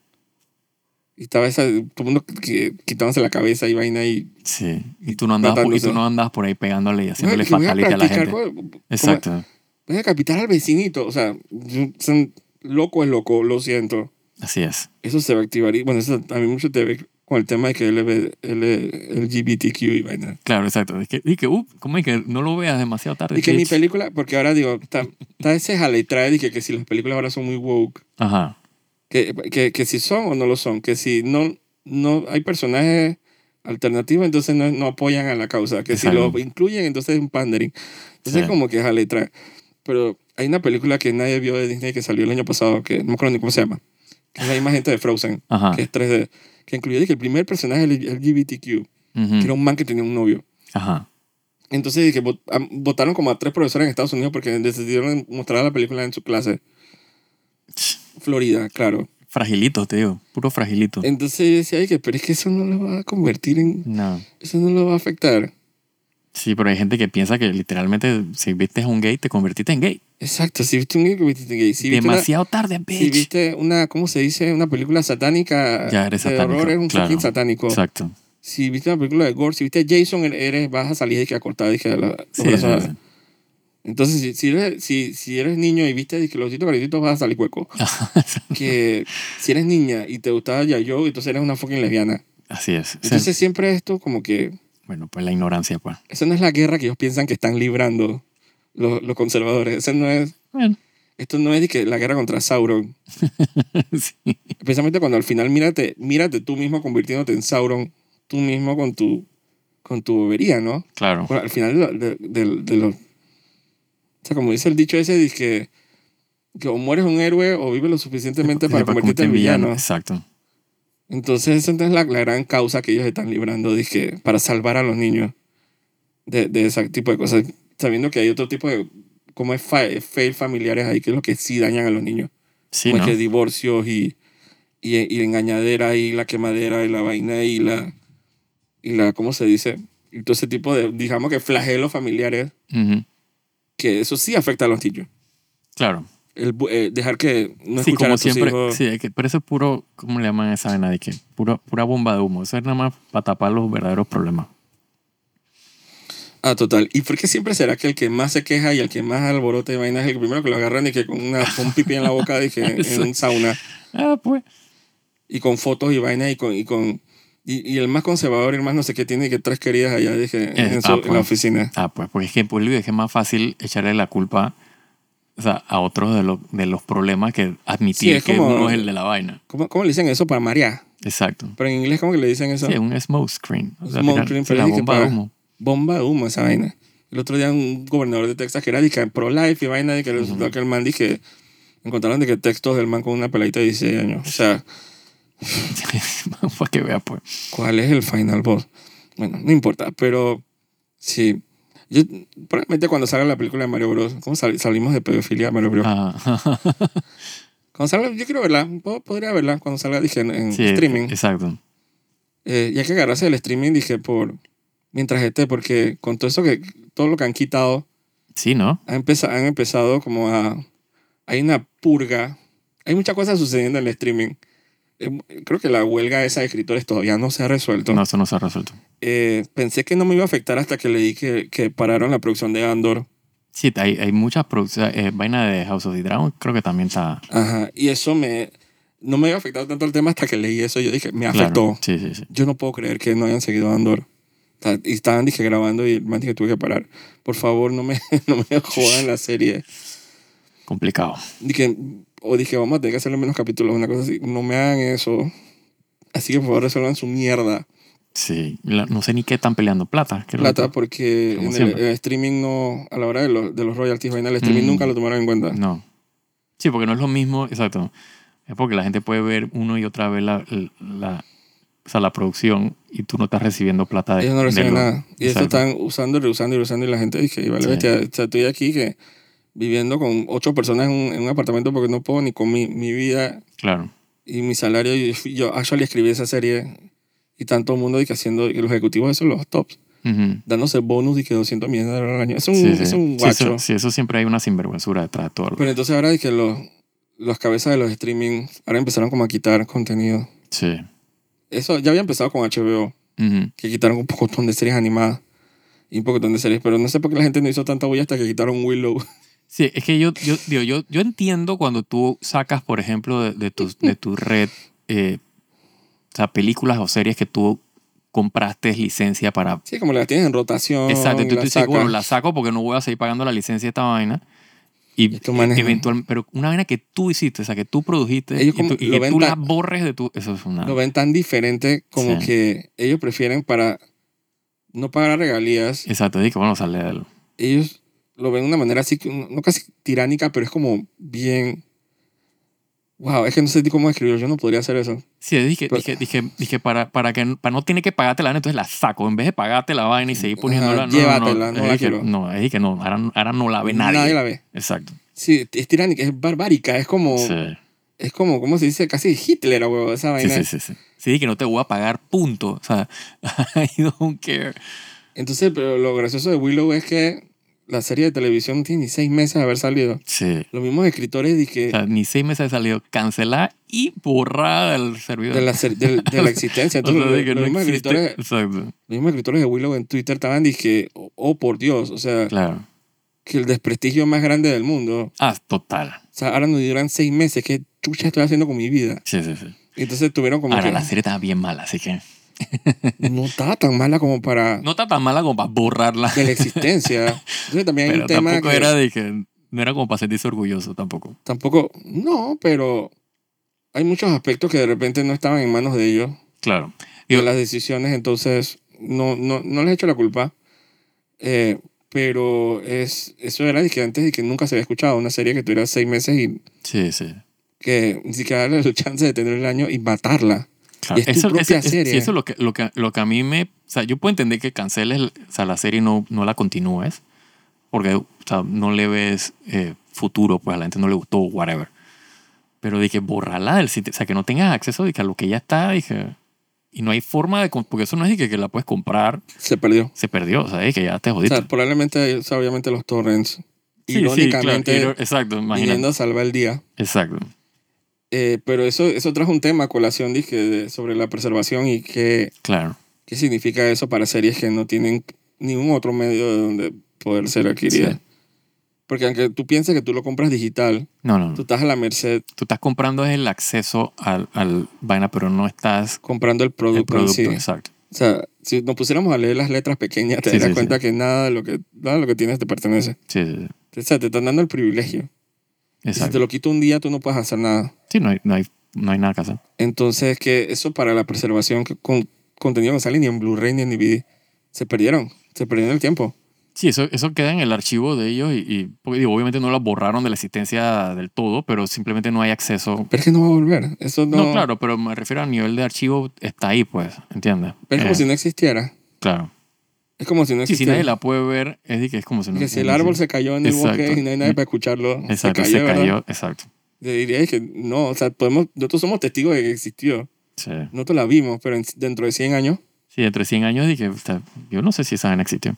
Y estaba esa, todo el mundo que- quitándose la cabeza y vaina y. sí. Y tú no andabas, por, y tú Matándose. no andabas por ahí pegándole y haciéndole Oye, que voy a fatality a la practicar, gente. co- como- Exacto. Voy a decapitar al vecinito. O sea, yo- son- loco es loco, lo siento. Así es. Eso se va a activar. Y bueno, eso también mucho te ve con el tema de que LB L- LGBTQ y vaina. Claro, exacto. Es que, y que, uh, ¿cómo es que no lo veas demasiado tarde? Y que bitch? mi película, porque ahora digo, está, está ese jale y trae de que, que si las películas ahora son muy woke, Ajá. que, que, que si son o no lo son, que si no, no hay personajes alternativos, entonces no, no apoyan a la causa, que Exacto. si lo incluyen, entonces es un pandering. Entonces Sí. como que jale y trae. Pero hay una película que nadie vio de Disney que salió el año pasado, que no me acuerdo ni cómo se llama, que es la misma gente de Frozen, Ajá. que es 3D, que incluyó de que el primer personaje LGBTQ, Ujú. que era un man que tenía un novio. Ajá. Entonces que vot- am- votaron como a tres profesores en Estados Unidos porque decidieron mostrar la película en su clase. Ch, Florida, claro. Fragilito, te digo. Puro fragilito. Entonces yo decía, "Ay, que, pero es que eso no lo va a convertir en... No. Eso no lo va a afectar. Sí, pero hay gente que piensa que literalmente si viste a un gay, te convertiste en gay. Exacto, si viste un si viste una- demasiado tarde, bitch. si viste una, ¿cómo se dice? Una película satánica Ya eres de satánico, horror, eres un claro. fucking satánico. Exacto. Si viste una película de gore, si viste Jason, er, eres, vas a salir de que a cortar dije, a la- los Sí, brazos a- sí, sí. Entonces, si, si, eres, si, si eres niño y viste dizque los ositos cariñositos, vas a salir hueco. que si eres niña y te gustaba yo entonces eres una fucking lesbiana. Así es. O sea, Entonces, siempre esto como que... bueno, pues la ignorancia, pues. Esa no es la guerra que ellos piensan que están librando los, los conservadores. Esa no es, Bueno, esto no es de que la guerra contra Sauron. sí. Especialmente cuando al final mírate, mírate tú mismo convirtiéndote en Sauron, tú mismo con tu, con tu bobería, ¿no? Claro. Bueno, al final de, de, de- de los... O sea, como dice el dicho ese, dice que, que o mueres un héroe o vives lo suficientemente Sí, para convertirte en villano. Exacto. Entonces esa no es la, la gran causa que ellos están librando, dice, para salvar a los niños. de, de ese tipo de cosas, sabiendo que hay otro tipo de, como es fa- fail familiares ahí, que es lo que sí dañan a los niños. Sí, como ¿no? es que divorcios y, y, y engañadera y la quemadera y la vaina y la, y la ¿cómo se dice? Y todo ese tipo de, digamos que flagelos familiares, Ujú, que eso sí afecta a los niños. Claro. El, bu- eh, dejar que no sí, escuchar a como tus siempre. hijos. Sí, es que- pero eso es puro, ¿cómo le llaman a esa vaina? De que puro, pura bomba de humo. Eso es nada más para tapar los verdaderos problemas. Ah, total. ¿Y por qué siempre será que el que más se queja y el que más alborota y vaina es el primero que lo agarran y que con, una, con un pipí en la boca y que en un sauna Ah, pues. y con fotos y vaina y con... Y con y, y el más conservador, y el más no sé qué, tiene que tres queridas allá dije, en, su- ah, en pues. la oficina. Ah, pues, porque es que en Bolivia es que es más fácil echarle la culpa o sea, a otros de, los de los problemas que admitir Sí, es que como- uno es el de la vaina. ¿Cómo, cómo le dicen eso para marear? Exacto. Pero en inglés, ¿cómo que le dicen eso? Sí, un smoke screen. O sea, Smoke tirar- screen, tirar pero es que bomba de para- humo. Bomba de humo esa vaina. El otro día un gobernador de Texas que era de que pro-life y vaina de que resultó que el man dije, encontraron de que textos del man con una peladita de 16 años. O sea, Para que vea, pues. ¿cuál es el final boss? Bueno, no importa, pero sí. Yo, probablemente cuando salga la película de Mario Bros. ¿Cómo sal- salimos de pedofilia, Mario Bros? Ah, Cuando salga, yo quiero verla, po- podría verla cuando salga, dije, en, en sí, streaming. Exacto. Eh, y hay que agarrarse del streaming, dije, por mientras esté, porque con todo eso que, todo lo que han quitado, Sí, ¿no? ha empeza- han empezado como a... Hay una purga. Hay muchas cosas sucediendo en el streaming. Eh, Creo que la huelga esa de escritores todavía no se ha resuelto. No, eso no se ha resuelto. Eh, pensé que no me iba a afectar hasta que leí que, que pararon la producción de Andor. Sí, hay, hay muchas producciones. eh, vaina de House of the Dragon creo que también está. Ajá. Y eso me... No me había afectado tanto el tema hasta que leí eso. Yo dije, me claro. afectó. Sí, sí, sí. Yo no puedo creer que no hayan seguido a Andor. O sea, Y estaban, dije, grabando y el man dije, tuve que parar. Por favor, no me, no me jodan la serie. Complicado. Dije, o dije, vamos a tener que hacerle menos capítulos, una cosa así. No me hagan eso. Así que por favor resuelvan su mierda. Sí. La- no sé ni qué están peleando. Plata. creo que- Plata, porque Como en el, siempre. el streaming no, a la hora de, los de los royalties, vaina, el streaming Mm. nunca lo tomaron en cuenta. No. Sí, porque no es lo mismo. Exacto. Es porque la gente puede ver uno y otra vez la, la, o sea, la producción y tú no estás recibiendo plata de Ellos no de reciben lo- nada. Y esto Exacto. están usando, y reusando y reusando. Y la gente dije, y vale, Sí. bestia, o sea, estoy aquí que viviendo con ocho personas en un, en un apartamento porque no puedo ni con mi, mi vida Claro. y mi salario. Y yo actually escribí esa serie y tanto mundo y que haciendo, y los ejecutivos, esos los tops, Ujú. dándose bonus y que 200 millones de dólares al año. Es un, Sí, sí. es un Sí, guacho. eso, sí, eso siempre hay una sinvergüenzura detrás de todo. lo- Pero entonces ahora es que los, los cabezas de los streaming ahora empezaron como a quitar contenido. Sí. Eso ya había empezado con HBO, Ujú. que quitaron un pocotón de series animadas y un pocotón de series, pero no sé por qué la gente no hizo tanta bulla hasta que quitaron Willow. Sí, es que yo, yo, digo, yo, yo entiendo cuando tú sacas, por ejemplo, de, de tu, de tu red, eh, o sea, películas o series que tú compraste licencia para... Sí, como las tienes en rotación. Exacto, y entonces las tú dices, sacas. bueno, la saco porque no voy a seguir pagando la licencia de esta vaina. Y Estos manes, eventualmente, pero una vaina que tú hiciste, o sea, que tú produjiste Ellos y, como tú, y lo que ven tú la tan- borres de tu... Eso es una... Lo ven tan diferente como Sí. que ellos prefieren para no pagar regalías. Exacto, dije, bueno, sale de él. Ellos lo ven de una manera así, que no no casi tiránica, pero es como bien... Wow, es que no sé ni cómo escribirlo, yo no podría hacer eso. Sí, dije, Pero- dije, dije, dije, para, para que para no tiene que pagarte la vaina, entonces la saco. En vez de pagarte la vaina y seguir poniéndola, Ajá, no, llévatela, no, no la dije, quiero. No, es que no, ahora, ahora no la ve nadie. la Oh, ve. Exacto. Sí, es tiránica, es barbárica, es como, Sí, es como, ¿cómo se dice? Casi Hitler, huevo, esa sí, vaina. sí, sí, sí. Sí, dije, no te voy a pagar, punto. O sea, I don't care. Entonces, pero lo gracioso de Willow es que la serie de televisión tiene ni seis meses de haber salido. Sí. Los mismos escritores de que- O sea, ni seis meses ha salido cancelada y borrada del servidor. de, la, ser- del- de la existencia. Entonces, o sea, los, de que los no mismos existe. escritores, Exacto. los mismos escritores de Willow en Twitter estaban dije, oh, oh, por Dios, o sea, Claro. que el desprestigio más grande del mundo. Ah, total. O sea, ahora nos duran seis meses, ¿qué chucha estoy haciendo con mi vida? Sí, sí, sí. Entonces tuvieron como Ahora, que, la serie estaba bien mala, así que no estaba tan mala como para... no está tan mala como para borrarla. de la existencia. Entonces también hay Pero un tema tampoco que era de que no era como para sentirse orgulloso tampoco. tampoco, no, pero hay muchos aspectos que de repente no estaban en manos de ellos, Claro. de Yo- las decisiones, entonces no, no, no les echo la culpa, Eh, pero es, eso era de que antes de que nunca se había escuchado una serie que tuviera seis meses y Sí, sí. que ni siquiera darle el chance de tener el año y matarla. Claro, es tu propia eso, serie. sí, eso es lo que, lo, que, lo que a mí me... O sea, yo puedo entender que canceles o sea, la serie y no, no la continúes, porque o sea, no le ves eh, futuro, pues a la gente no le gustó, whatever. Pero de que borrarla del sitio, o sea, que no tengas acceso de que a lo que ya está, dije... Y no hay forma de... com- Porque eso no es de que, que la puedes comprar, Se perdió. se perdió, o sea, de que ya te O jodiste. sea, probablemente, o sea, obviamente los torrents, Sí, sí, irónicamente, claro, iro- exacto, viniendo imagínate. a salvar el día. Exacto. Eh, pero eso, eso trajo un tema a colación dije, de- sobre la preservación y qué, Claro. qué significa eso para series que no tienen ningún otro medio de donde poder ser adquiridas. Sí. Porque aunque tú pienses que tú lo compras digital, No, no, no. tú estás a la merced Tú estás comprando el acceso al, al vaina, pero no estás comprando el producto, el producto. en sí. Exacto. O sea, si nos pusiéramos a leer las letras pequeñas, te Sí, das sí, cuenta que nada de lo que nada de lo que tienes te pertenece. Sí, sí, sí. O sea, te están dando el privilegio. Y Si te Exacto. lo quito un día, tú no puedes hacer nada. Sí, no hay, no, hay, no hay nada que hacer. Entonces, que eso para la preservación que con contenido que sale ni en Blu-ray ni en DVD, se perdieron, se perdieron el tiempo. Sí, eso, eso queda en el archivo de ellos y, y- porque digo, obviamente no lo borraron de la existencia del todo, pero simplemente no hay acceso. Pero es que no va a volver. Eso no. No, claro, pero me refiero al nivel de archivo, está ahí, pues, ¿entiendes? Pero es como Eh, si no existiera. Claro. Es como si no Sí, si existiera. nadie la puede ver, es de que es como si no... que si el árbol se cayó en el Exacto. bosque y no hay nadie para escucharlo, Exacto, se cayó. se ¿verdad? cayó exacto. Yo diría es que no, o sea, podemos, nosotros somos testigos de que existió. Sí. Nosotros la vimos, pero en- dentro de 100 años. Sí, entre 100 años dije, puta, yo no sé si esa vaina existió.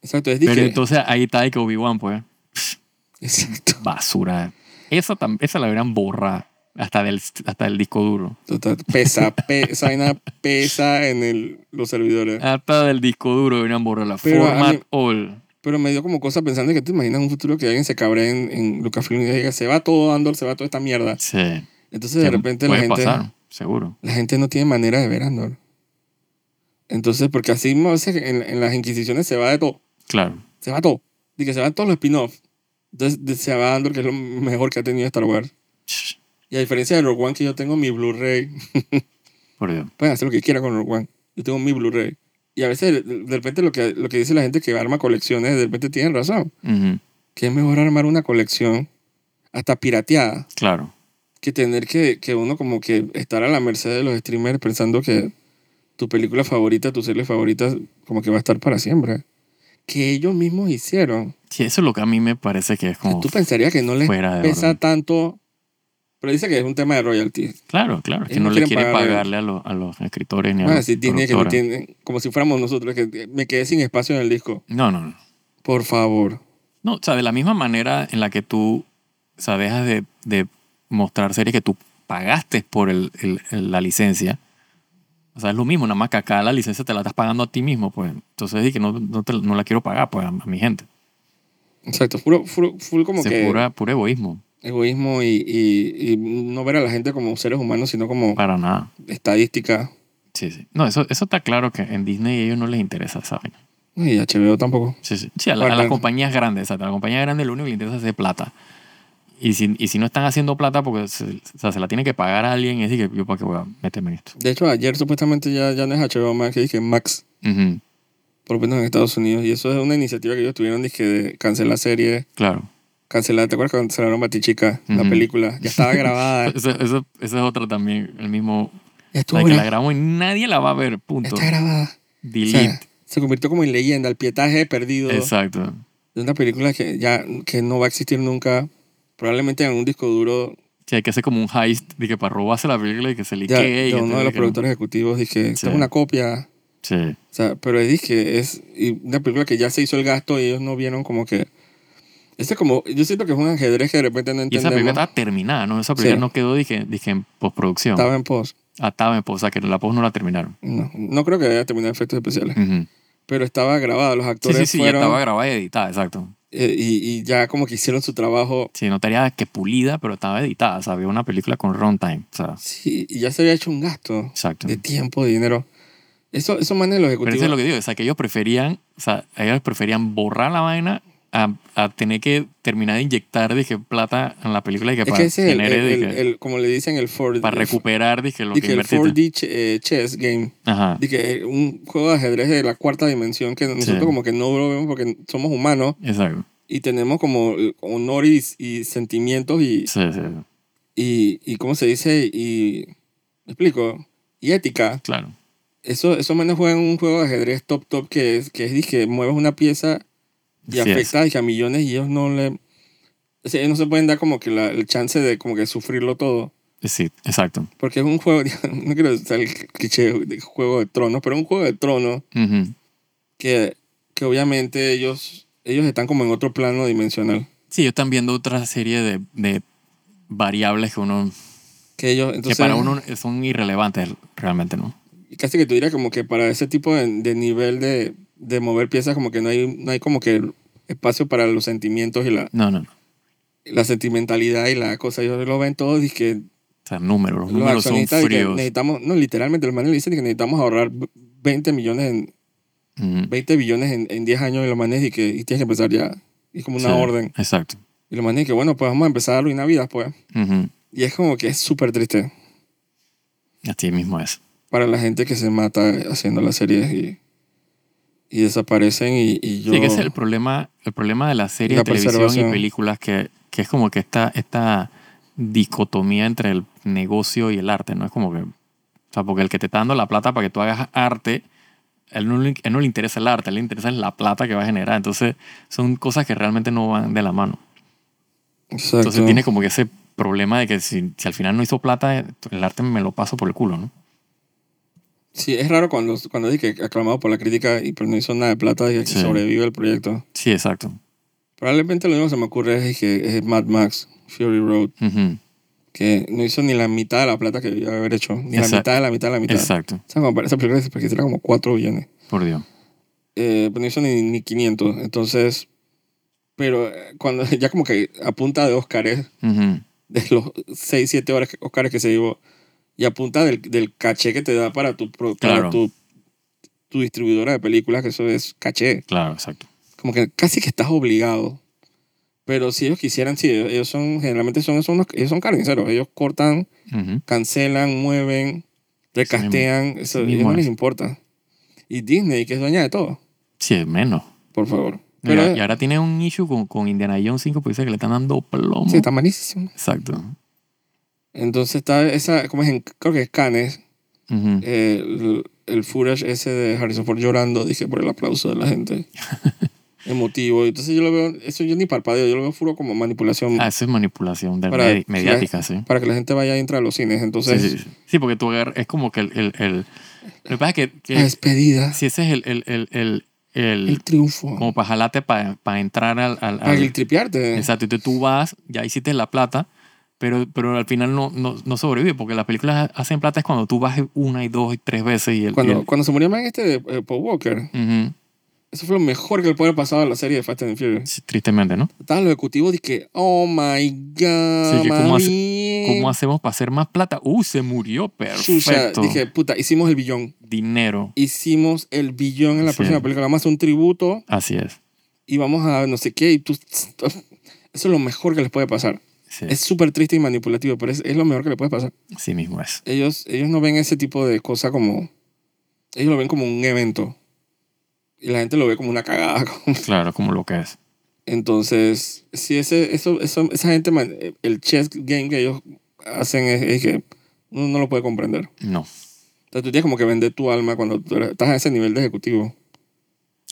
Exacto, es Pero dije. entonces ahí está de que Obi-Wan, pues, Exacto. basura. Esa, tam- esa la deberían borrar hasta del, hasta del disco duro. Total, Pesa, pe- esa vaina pesa en el, los servidores. Hasta del disco duro deberían borrarla. Pero a Format mí- all. Pero me dio como cosa pensando que te imaginas un futuro que alguien se cabre en, en Lucasfilm y diga, se va todo Andor, se va toda esta mierda. Sí. Entonces de Que repente la puede gente, pasar, seguro. la gente no tiene manera de ver Andor. Entonces, porque así a veces en, en las Inquisiciones se va de todo, Claro. se va todo. De que se van todos los spin-offs. Entonces de- se va Andor, que es lo mejor que ha tenido Star Wars. Ch, Y a diferencia de Rogue One, que yo tengo mi Blu-ray, Por Dios. pueden hacer lo que quieran con Rogue One. Yo tengo mi Blu-ray. Y a veces, de- de repente, lo que, lo que dice la gente que arma colecciones, de repente tienen razón. Ujú, que es mejor armar una colección hasta pirateada Claro. que tener que, que uno como que estar a la merced de los streamers pensando que tu película favorita, tu serie favorita, como que va a estar para siempre. Que ellos mismos hicieron. Sí, eso es lo que a mí me parece que es Que como tú pensarías que no les fuera de pesa orden. tanto, pero dice que es un tema de royalties. Claro, claro. Es que Ellos no no le quieren quiere pagarle. pagarle a, los- a los escritores ni a Van a los decir Disney que no productoras. tienen, como si fuéramos nosotros, que me quedé sin espacio en el disco. No, no, no. Por favor. No, o sea, de la misma manera en la que tú, o sea, dejas de, de mostrar series que tú pagaste por el- el- el- la licencia. O sea, es lo mismo, nada más que acá la licencia te la estás pagando a ti mismo, pues. Entonces, dije que no, no, te- no la quiero pagar, pues, a, a mi gente. Exacto, full, full, full como Se que pura, puro egoísmo, egoísmo y, y, y no ver a la gente como seres humanos, sino como para nada. estadística. Sí, sí. No, eso, eso está claro que en Disney a ellos no les interesa esa vaina. Y HBO tampoco. Sí, sí. Sí, a, la- a las Guardan. compañías grandes, exacto. A las compañías grandes lo único que les interesa es hacer plata. Y si, y si no están haciendo plata porque se, o sea, se la tiene que pagar a alguien, es decir, que yo para qué voy a meterme en esto. De hecho, ayer supuestamente ya, ya no es HBO Max, que dije Max, Ujú, por lo menos en Estados Unidos. Y eso es una iniciativa que ellos tuvieron, dije, de cancelar series, Claro. cancelar, ¿te acuerdas que cancelaron Batichica, la Ujú. película? Ya estaba grabada. Esa, esa- esa es otra también, el mismo. o Estuvo sea, que la grabada. grabó y nadie la va a ver, punto. Está grabada. O sea, Delete. se convirtió como en leyenda, el pietaje perdido Exacto. de una película que ya que no va a existir nunca. Probablemente en un disco duro Sí, hay que hacer como un heist de que para robarse la película y que se ya, liquee. y de que uno te- de los que no. productores ejecutivos. Dije, esta Sí. es una copia. Sí, O sea, pero es que es y una película que ya se hizo el gasto y ellos no vieron como que... Este como, yo siento que es un ajedrez que de repente no Y esa película entendemos. estaba terminada, ¿no? Esa película Sí. no quedó, dije, dije en postproducción. Estaba en post. Ah, estaba en post, o sea, que la post no la terminaron. No, no creo que haya terminado efectos especiales. Ujú. Pero estaba grabada, los Mm. Sí, actores sí, sí, ya fueron estaba grabada y editada, exacto. eh, y, y ya como que hicieron su trabajo. Sí, no estaría que pulida, pero estaba editada, o sea, había una película con runtime, o sea, Sí, y ya se había hecho un gasto exacto. de tiempo, de dinero. Eso, eso manes los Pero eso es lo ejecutivos. que digo, o sea, que ellos preferían, o sea, ellos preferían borrar la vaina a, a tener que terminar de inyectar, dije, plata en la película, dije, Es para que ese es el, genere, el- dije, el- como le dicen, el Ford para recuperar, dije, lo que el invertiste. 4D ch- eh, chess game. Ajá, de que un juego de ajedrez de la cuarta dimensión que nosotros Sí. como que no lo vemos porque somos humanos exacto. y tenemos como honor y, y sentimientos y, Sí, sí, y, y ¿cómo se dice? Y, ¿me explico? y ética. Claro. Eso, eso menos juegan un juego de ajedrez top top que es que es dizque, mueves una pieza y Así es. afecta dizque, a millones y ellos no le. o sea, ellos no se pueden dar como que la, el chance de como que sufrirlo todo. Sí, exacto. Porque es un juego, no quiero usar el cliché de juego de tronos, pero es un juego de tronos Ujú. que, que obviamente ellos, ellos están como en otro plano dimensional. Sí, ellos están viendo otra serie de, de variables que uno Que ellos, entonces, que para uno son irrelevantes realmente, ¿no? casi que tú dirías como que para ese tipo de, de nivel de, de mover piezas como que no hay, no hay como que espacio para los sentimientos y la, No, no, no. la sentimentalidad y la cosa. Ellos lo ven todos y que O sea, números, los los números son accionistas y que fríos. necesitamos, no, literalmente, los manes le dicen que necesitamos ahorrar 20 millones en, Ujú. 20 billones en, en 10 años y los manes y que y tienes que empezar ya. Es como una Sí, orden. Exacto. Y los manes y que bueno, pues vamos a empezar a arruinar vidas, pues. Ujú. Y es como que es súper triste Así mismo es. para la gente que se mata haciendo las series y, y desaparecen y, y yo... Sí, que ese es el problema, el problema de las series La de televisión y preservación. películas, que, que es como que esta, esta dicotomía entre el negocio y el arte, ¿no? Es como que. O sea, porque el que te está dando la plata para que tú hagas arte, a él no, le- a él no le interesa el arte, a él le interesa la plata que va a generar. Entonces, son cosas que realmente no van de la mano. Exacto. Entonces tiene como que ese problema de que si, si al final no hizo plata, el arte me lo paso por el culo, ¿no? Sí, es raro cuando, cuando dije que aclamado por la crítica y pero no hizo nada de plata y que Sí. sobrevive el proyecto. Sí, exacto. Probablemente lo único que se me ocurre es que es Mad Max, Fury Road, Ujú. que no hizo ni la mitad de la plata que debió haber hecho. Ni Exacto. la mitad de la mitad de la mitad. Exacto, O sea, como para esa película se era como 4 billones. por Dios. Eh, pero no hizo ni, ni 500. Entonces, pero eh, cuando ya como que a punta de Óscares, Ujú. de los 6, 7 horas que- Óscares que se llevó, y a punta del, del caché que te da para tu, pro- Claro. para tu, tu distribuidora de películas, que eso es caché. Claro, exacto. como que casi que estás obligado. Pero si ellos quisieran, sí, ellos, ellos son, generalmente son, son, unos- ellos son carniceros. Ellos cortan, Ujú. cancelan, mueven, recastean. Eso, así ellos mismo no les es. importa. Y Disney, que es dueña de todo, Sí, es menos. por favor. Y Pero a- y ahora tiene un issue con, con Indiana Jones 5 porque dice que le están dando plomo. sí, está malísimo. Exacto. Entonces está esa, como es en, creo que es Cannes, Ujú. eh, el, el footage ese de Harrison Ford llorando, dije, por el aplauso de la gente. Emotivo. Entonces yo lo veo, eso yo ni parpadeo, yo lo veo furo como manipulación Ah, eso es manipulación del Para- medi- sí, mediática, sí. para que la gente vaya y entre a los cines. Sí, Entonces, sí, sí. Sí, porque tú agarras- es como que el... el, el- lo que pasa es que, que La despedida. si ese es el... el, el, el- el- El triunfo. como para jalarte para entrar al- al- Para al, el tripearte. Exacto, entonces tú vas, ya hiciste la plata, pero, pero al final no, no, no sobrevive, porque las películas hacen plata es cuando tú vas una y dos y tres veces y el... y Cuando, el- cuando se murió el man este de eh, Paul Walker, Ujú. eso fue lo mejor que le puede haber pasado a la serie de Fast and Furious. Sí, tristemente, ¿no? Estaban los ejecutivos de que, oh my god, Sí, que cómo hace- mami". ¿Cómo hacemos para hacer más plata? ¡Uh, se murió! Chucha, Perfecto. dije, puta, hicimos el billón. Dinero. Hicimos el billón en la Sí. próxima película. Vamos a hacer un tributo Así es. y vamos a no sé qué. Y tú, eso es lo mejor que les puede pasar. Sí, Es súper triste y manipulativo, pero es, es lo mejor que le puede pasar. sí mismo es. ellos, ellos no ven ese tipo de cosa como... Ellos lo ven como un evento. Y la gente lo ve como una cagada. como- Claro, como lo que es. Entonces, si ese, eso, eso, esa gente, man- el chess game que ellos hacen es, es que uno no lo puede comprender. No. O sea, tú tienes como que vender tu alma cuando tú eres- estás a ese nivel de ejecutivo.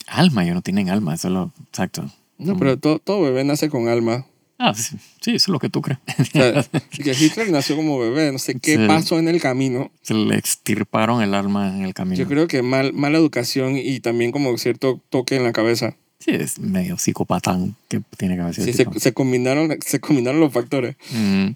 Alma, ellos no tienen alma, eso es lo... Exacto. No, Mm. pero todo, todo bebé nace con alma. Ah, sí, sí, eso es lo que tú crees. O sea, que Hitler nació como bebé, no sé qué Sí. pasó en el camino. Se le extirparon el alma en el camino. Yo creo que mal, mala educación y también como cierto toque en la cabeza. Sí, es medio psicopatán que tiene que haber sido Sí, el se, tipo. se combinaron, se combinaron los factores. Mm,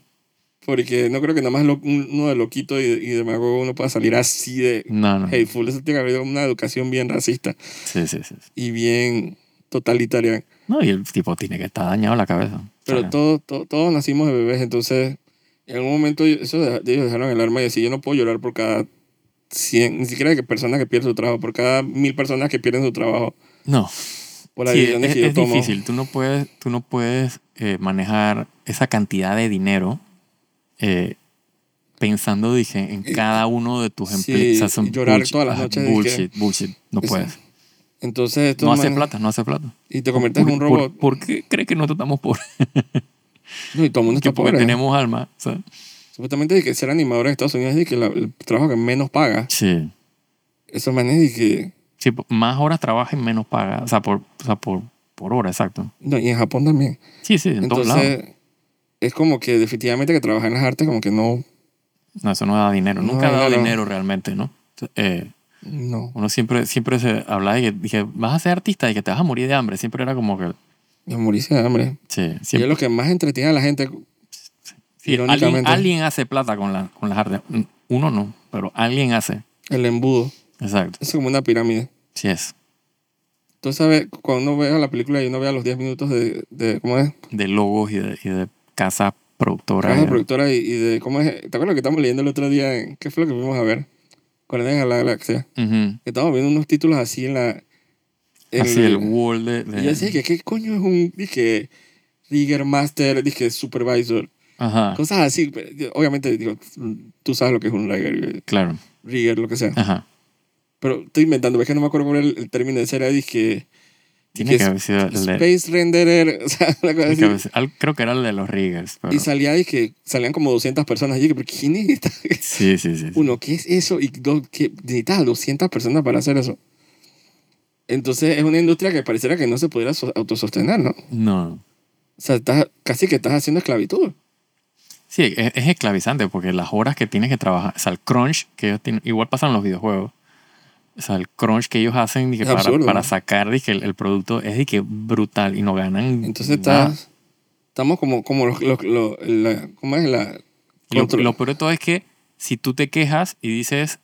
Porque no creo que nada más lo- uno de loquito y, y demagogo uno pueda salir así de No, no. hateful. Eso tiene que haber una educación bien racista Sí, sí, sí. sí. y bien totalitaria. No, y el tipo tiene que estar dañado la cabeza. Pero Sale. todo- todo- todos nacimos de bebés, entonces en algún momento eso de- ellos dejaron el arma y decir, yo no puedo llorar por cada 100, ni siquiera que personas que pierden su trabajo, por cada mil personas que pierden su trabajo, No, por las sí, es, decisiones que yo es tomo. difícil. Tú no puedes, tú no puedes eh, manejar esa cantidad de dinero eh, pensando, dije, en Eh, cada uno de tus sí, empleos. O sea, son y llorar bullshit. todas las Ajá, noches, dije, Bullshit, bullshit. No eso. puedes. Entonces esto... No hace man- plata, no hace plata. Y te conviertes en un ¿Por- robot. ¿Por, por qué crees que nosotros estamos pobres? No, y todo el mundo Que está porque pobre. tenemos alma. o sea, Supuestamente de que ser animador en Estados Unidos es de que la- el trabajo que menos paga. Sí. Esos manes de que... Sí, po- más horas trabaja y menos paga. O sea, por, o sea, por, por hora, exacto. No, y en Japón también. Sí, sí, en todos lados. Entonces, es como que definitivamente que trabajar en las artes como que no... No, eso no da dinero. No Nunca ha da dado dinero. dinero realmente, ¿no? Eh, No. uno siempre, siempre se hablaba y que dije, vas a ser artista y que te vas a morir de hambre. Siempre era como que, Y morirse de hambre. sí, siempre. Y es lo que más entretiene a la gente. Sí, alguien, Irónicamente. alguien hace plata con, la, con las artes. Mm, Uno no, pero alguien hace. El embudo. Exacto. Es como una pirámide. Sí es. Tú sabes, cuando uno vea la película y uno vea los 10 minutos de, de ¿cómo es? De logos y de, y de casa productora. Casa productora y, y de, ¿cómo es? ¿Te acuerdas lo que estábamos leyendo el otro día? en- ¿Qué fue lo que fuimos a ver? Guardianes de la Galaxia. Ujú. Que estábamos viendo unos títulos así en la... en- Así el wall de... de- Y yo decía que qué coño es un, dije, Rigger Master, dije, Supervisor. Ajá, Cosas así. pero, yo, Obviamente, digo, tú sabes lo que es un Rigger, claro. Rigger, lo que sea. Ajá. Pero estoy inventando, es que no me acuerdo cuál era el, el término de ese era, dije... Tiene dije, que haber sido el de... Space Renderer, o sea, una cosa tiene que así. haber sido- al- creo que era el de los riggers. pero- Y salía, dije, salían como 200 personas allí, que, pero ¿quién es esta? sí, sí, sí. sí. Uno, ¿qué es eso? Y dos, ¿qué? necesitas a 200 personas para hacer eso. Entonces es una industria que pareciera que no se pudiera so- autosostener, ¿no? O No. sea, estás, casi que estás haciendo esclavitud. Sí, e, es, es esclavizante porque las horas que tienes que trabajar, o sea, el crunch que ellos tienen, igual pasan en los videojuegos, o sea, el crunch que ellos hacen dije, Es para, absurdo, para ¿no? sacar dije, el, el producto es dije, brutal y no ganan. Entonces nada. estás, estamos como, como los, los- los- la- ¿cómo es la? Y Lo, control- lo peor de todo es que si tú te quejas y dices,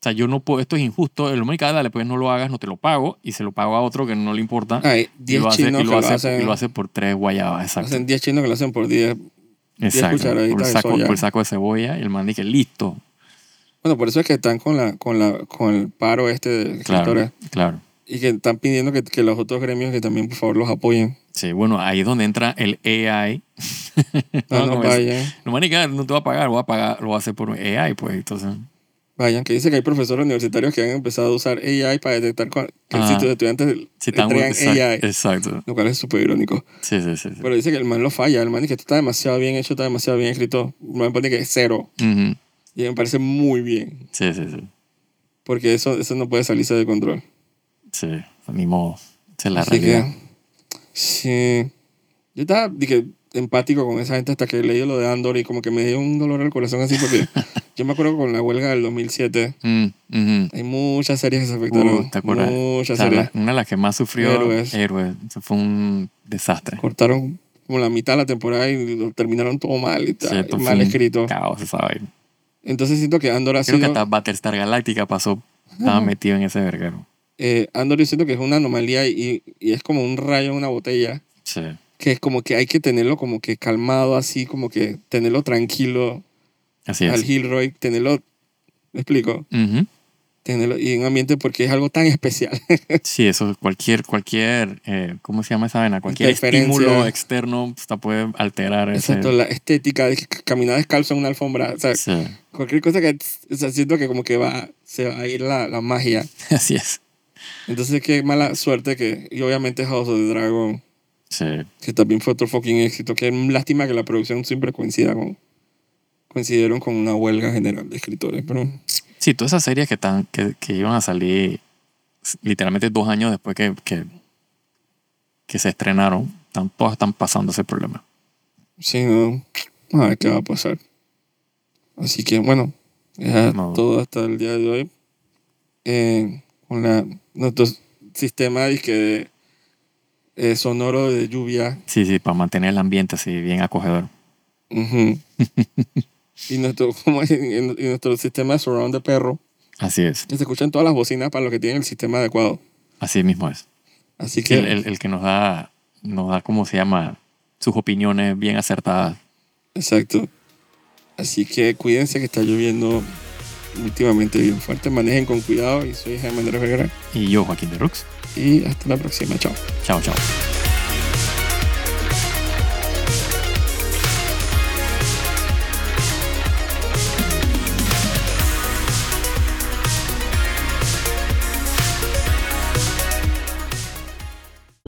o sea, yo no puedo, esto es injusto, el hombre que dale, pues no lo hagas, no te lo pago, y se lo pago a otro que no le importa. Hay y 10 lo, hace, y Ah, chinos lo que hace- lo hacen, y lo hace por tres guayabas, exacto. hacen 10 chinos que lo hacen por 10. exacto. cucharaditas Por el, de saco, soya. por el saco de cebolla, y el man dice, listo. Bueno, por eso es que están con, la, con, la, con el paro este de escritores. Claro, claro. Y que están pidiendo que, que los otros gremios que también, por favor, los apoyen. Sí, bueno, ahí es donde entra el AI. No, No, Ah, no, como es- vayan. No, manica, no te va a pagar, voy a pagar, lo voy a hacer por AI, pues entonces. Vayan, que dice que hay profesores universitarios que han empezado a usar AI para detectar cua- que Ah. si tus estudiantes Si tan- entregan exact- AI, Exacto. lo cual es súper irónico. Sí, sí, sí. sí. Pero dice que el man lo falla, el man dice que esto está demasiado bien hecho, está demasiado bien escrito. El man pone que es cero. Ujú. Y me parece muy bien, Sí, sí, sí. porque eso, eso no puede salirse de control. Sí, ni modo. Esa es la Así realidad. que, sí. Yo estaba dije, empático con esa gente hasta que leí lo de Andor y como que me dio un dolor al corazón así porque yo me acuerdo con la huelga del 2007. Mm, ujú. Hay muchas series que se Uh, afectaron. ¿Te acuerdas? O Muchas sea, series. la- una de las que más sufrió Héroes. Héroes. Eso fue un desastre. Cortaron como la mitad de la temporada y lo terminaron todo mal y Sí, tal, esto fue mal un escrito. Caos, esa vaina. Entonces siento que Andor ha Creo que sido... hasta Battlestar Galactica pasó, estaba metido en ese verguero. eh, Andor yo siento que es una anomalía y, y es como un rayo en una botella. Sí. Que es como que hay que tenerlo como que calmado así, como que tenerlo tranquilo Así al es. Gilroy, tenerlo... ¿Me explico? Ujú. Tenerlo y en un ambiente porque es algo tan especial. Sí, eso, cualquier, cualquier, eh, ¿cómo se llama esa vaina? Cualquier Interferencia. estímulo externo hasta puede alterar ese. Exacto, la estética, de que caminar descalzo en una alfombra. O sea, Sí, cualquier cosa que... o sea, siento que como que va, se va a ir la, la magia. así es. Entonces, qué mala suerte que. Y obviamente House of the Dragon, Sí, que también fue otro fucking éxito. Qué lástima que la producción siempre coincida con. Coincidieron con una huelga general de escritores, pero. sí todas esas series que, tan, que, que iban a salir s- literalmente dos años después que, que, que se estrenaron, están, todas están pasando ese problema. Sí, no. A ver qué va a pasar. Así que, bueno. ya No. todo hasta el día de hoy. Eh, con la, nuestro sistema disque de, eh, sonoro de lluvia. Sí, sí, para mantener el ambiente así bien acogedor. Ujú. y, nuestro, ¿cómo es? y nuestro sistema de surround de perro. Así es, que se escuchan todas las bocinas para los que tienen el sistema adecuado. así mismo es. Así que, El, el- el que nos da, nos da, ¿cómo se llama? Sus opiniones bien acertadas. exacto. Así que cuídense que está lloviendo últimamente bien fuerte. Manejen con cuidado. Y soy Jaime Andrés Vergara. Y yo, Joaquín de Rux. Y hasta la próxima. Chao. Chao, chao.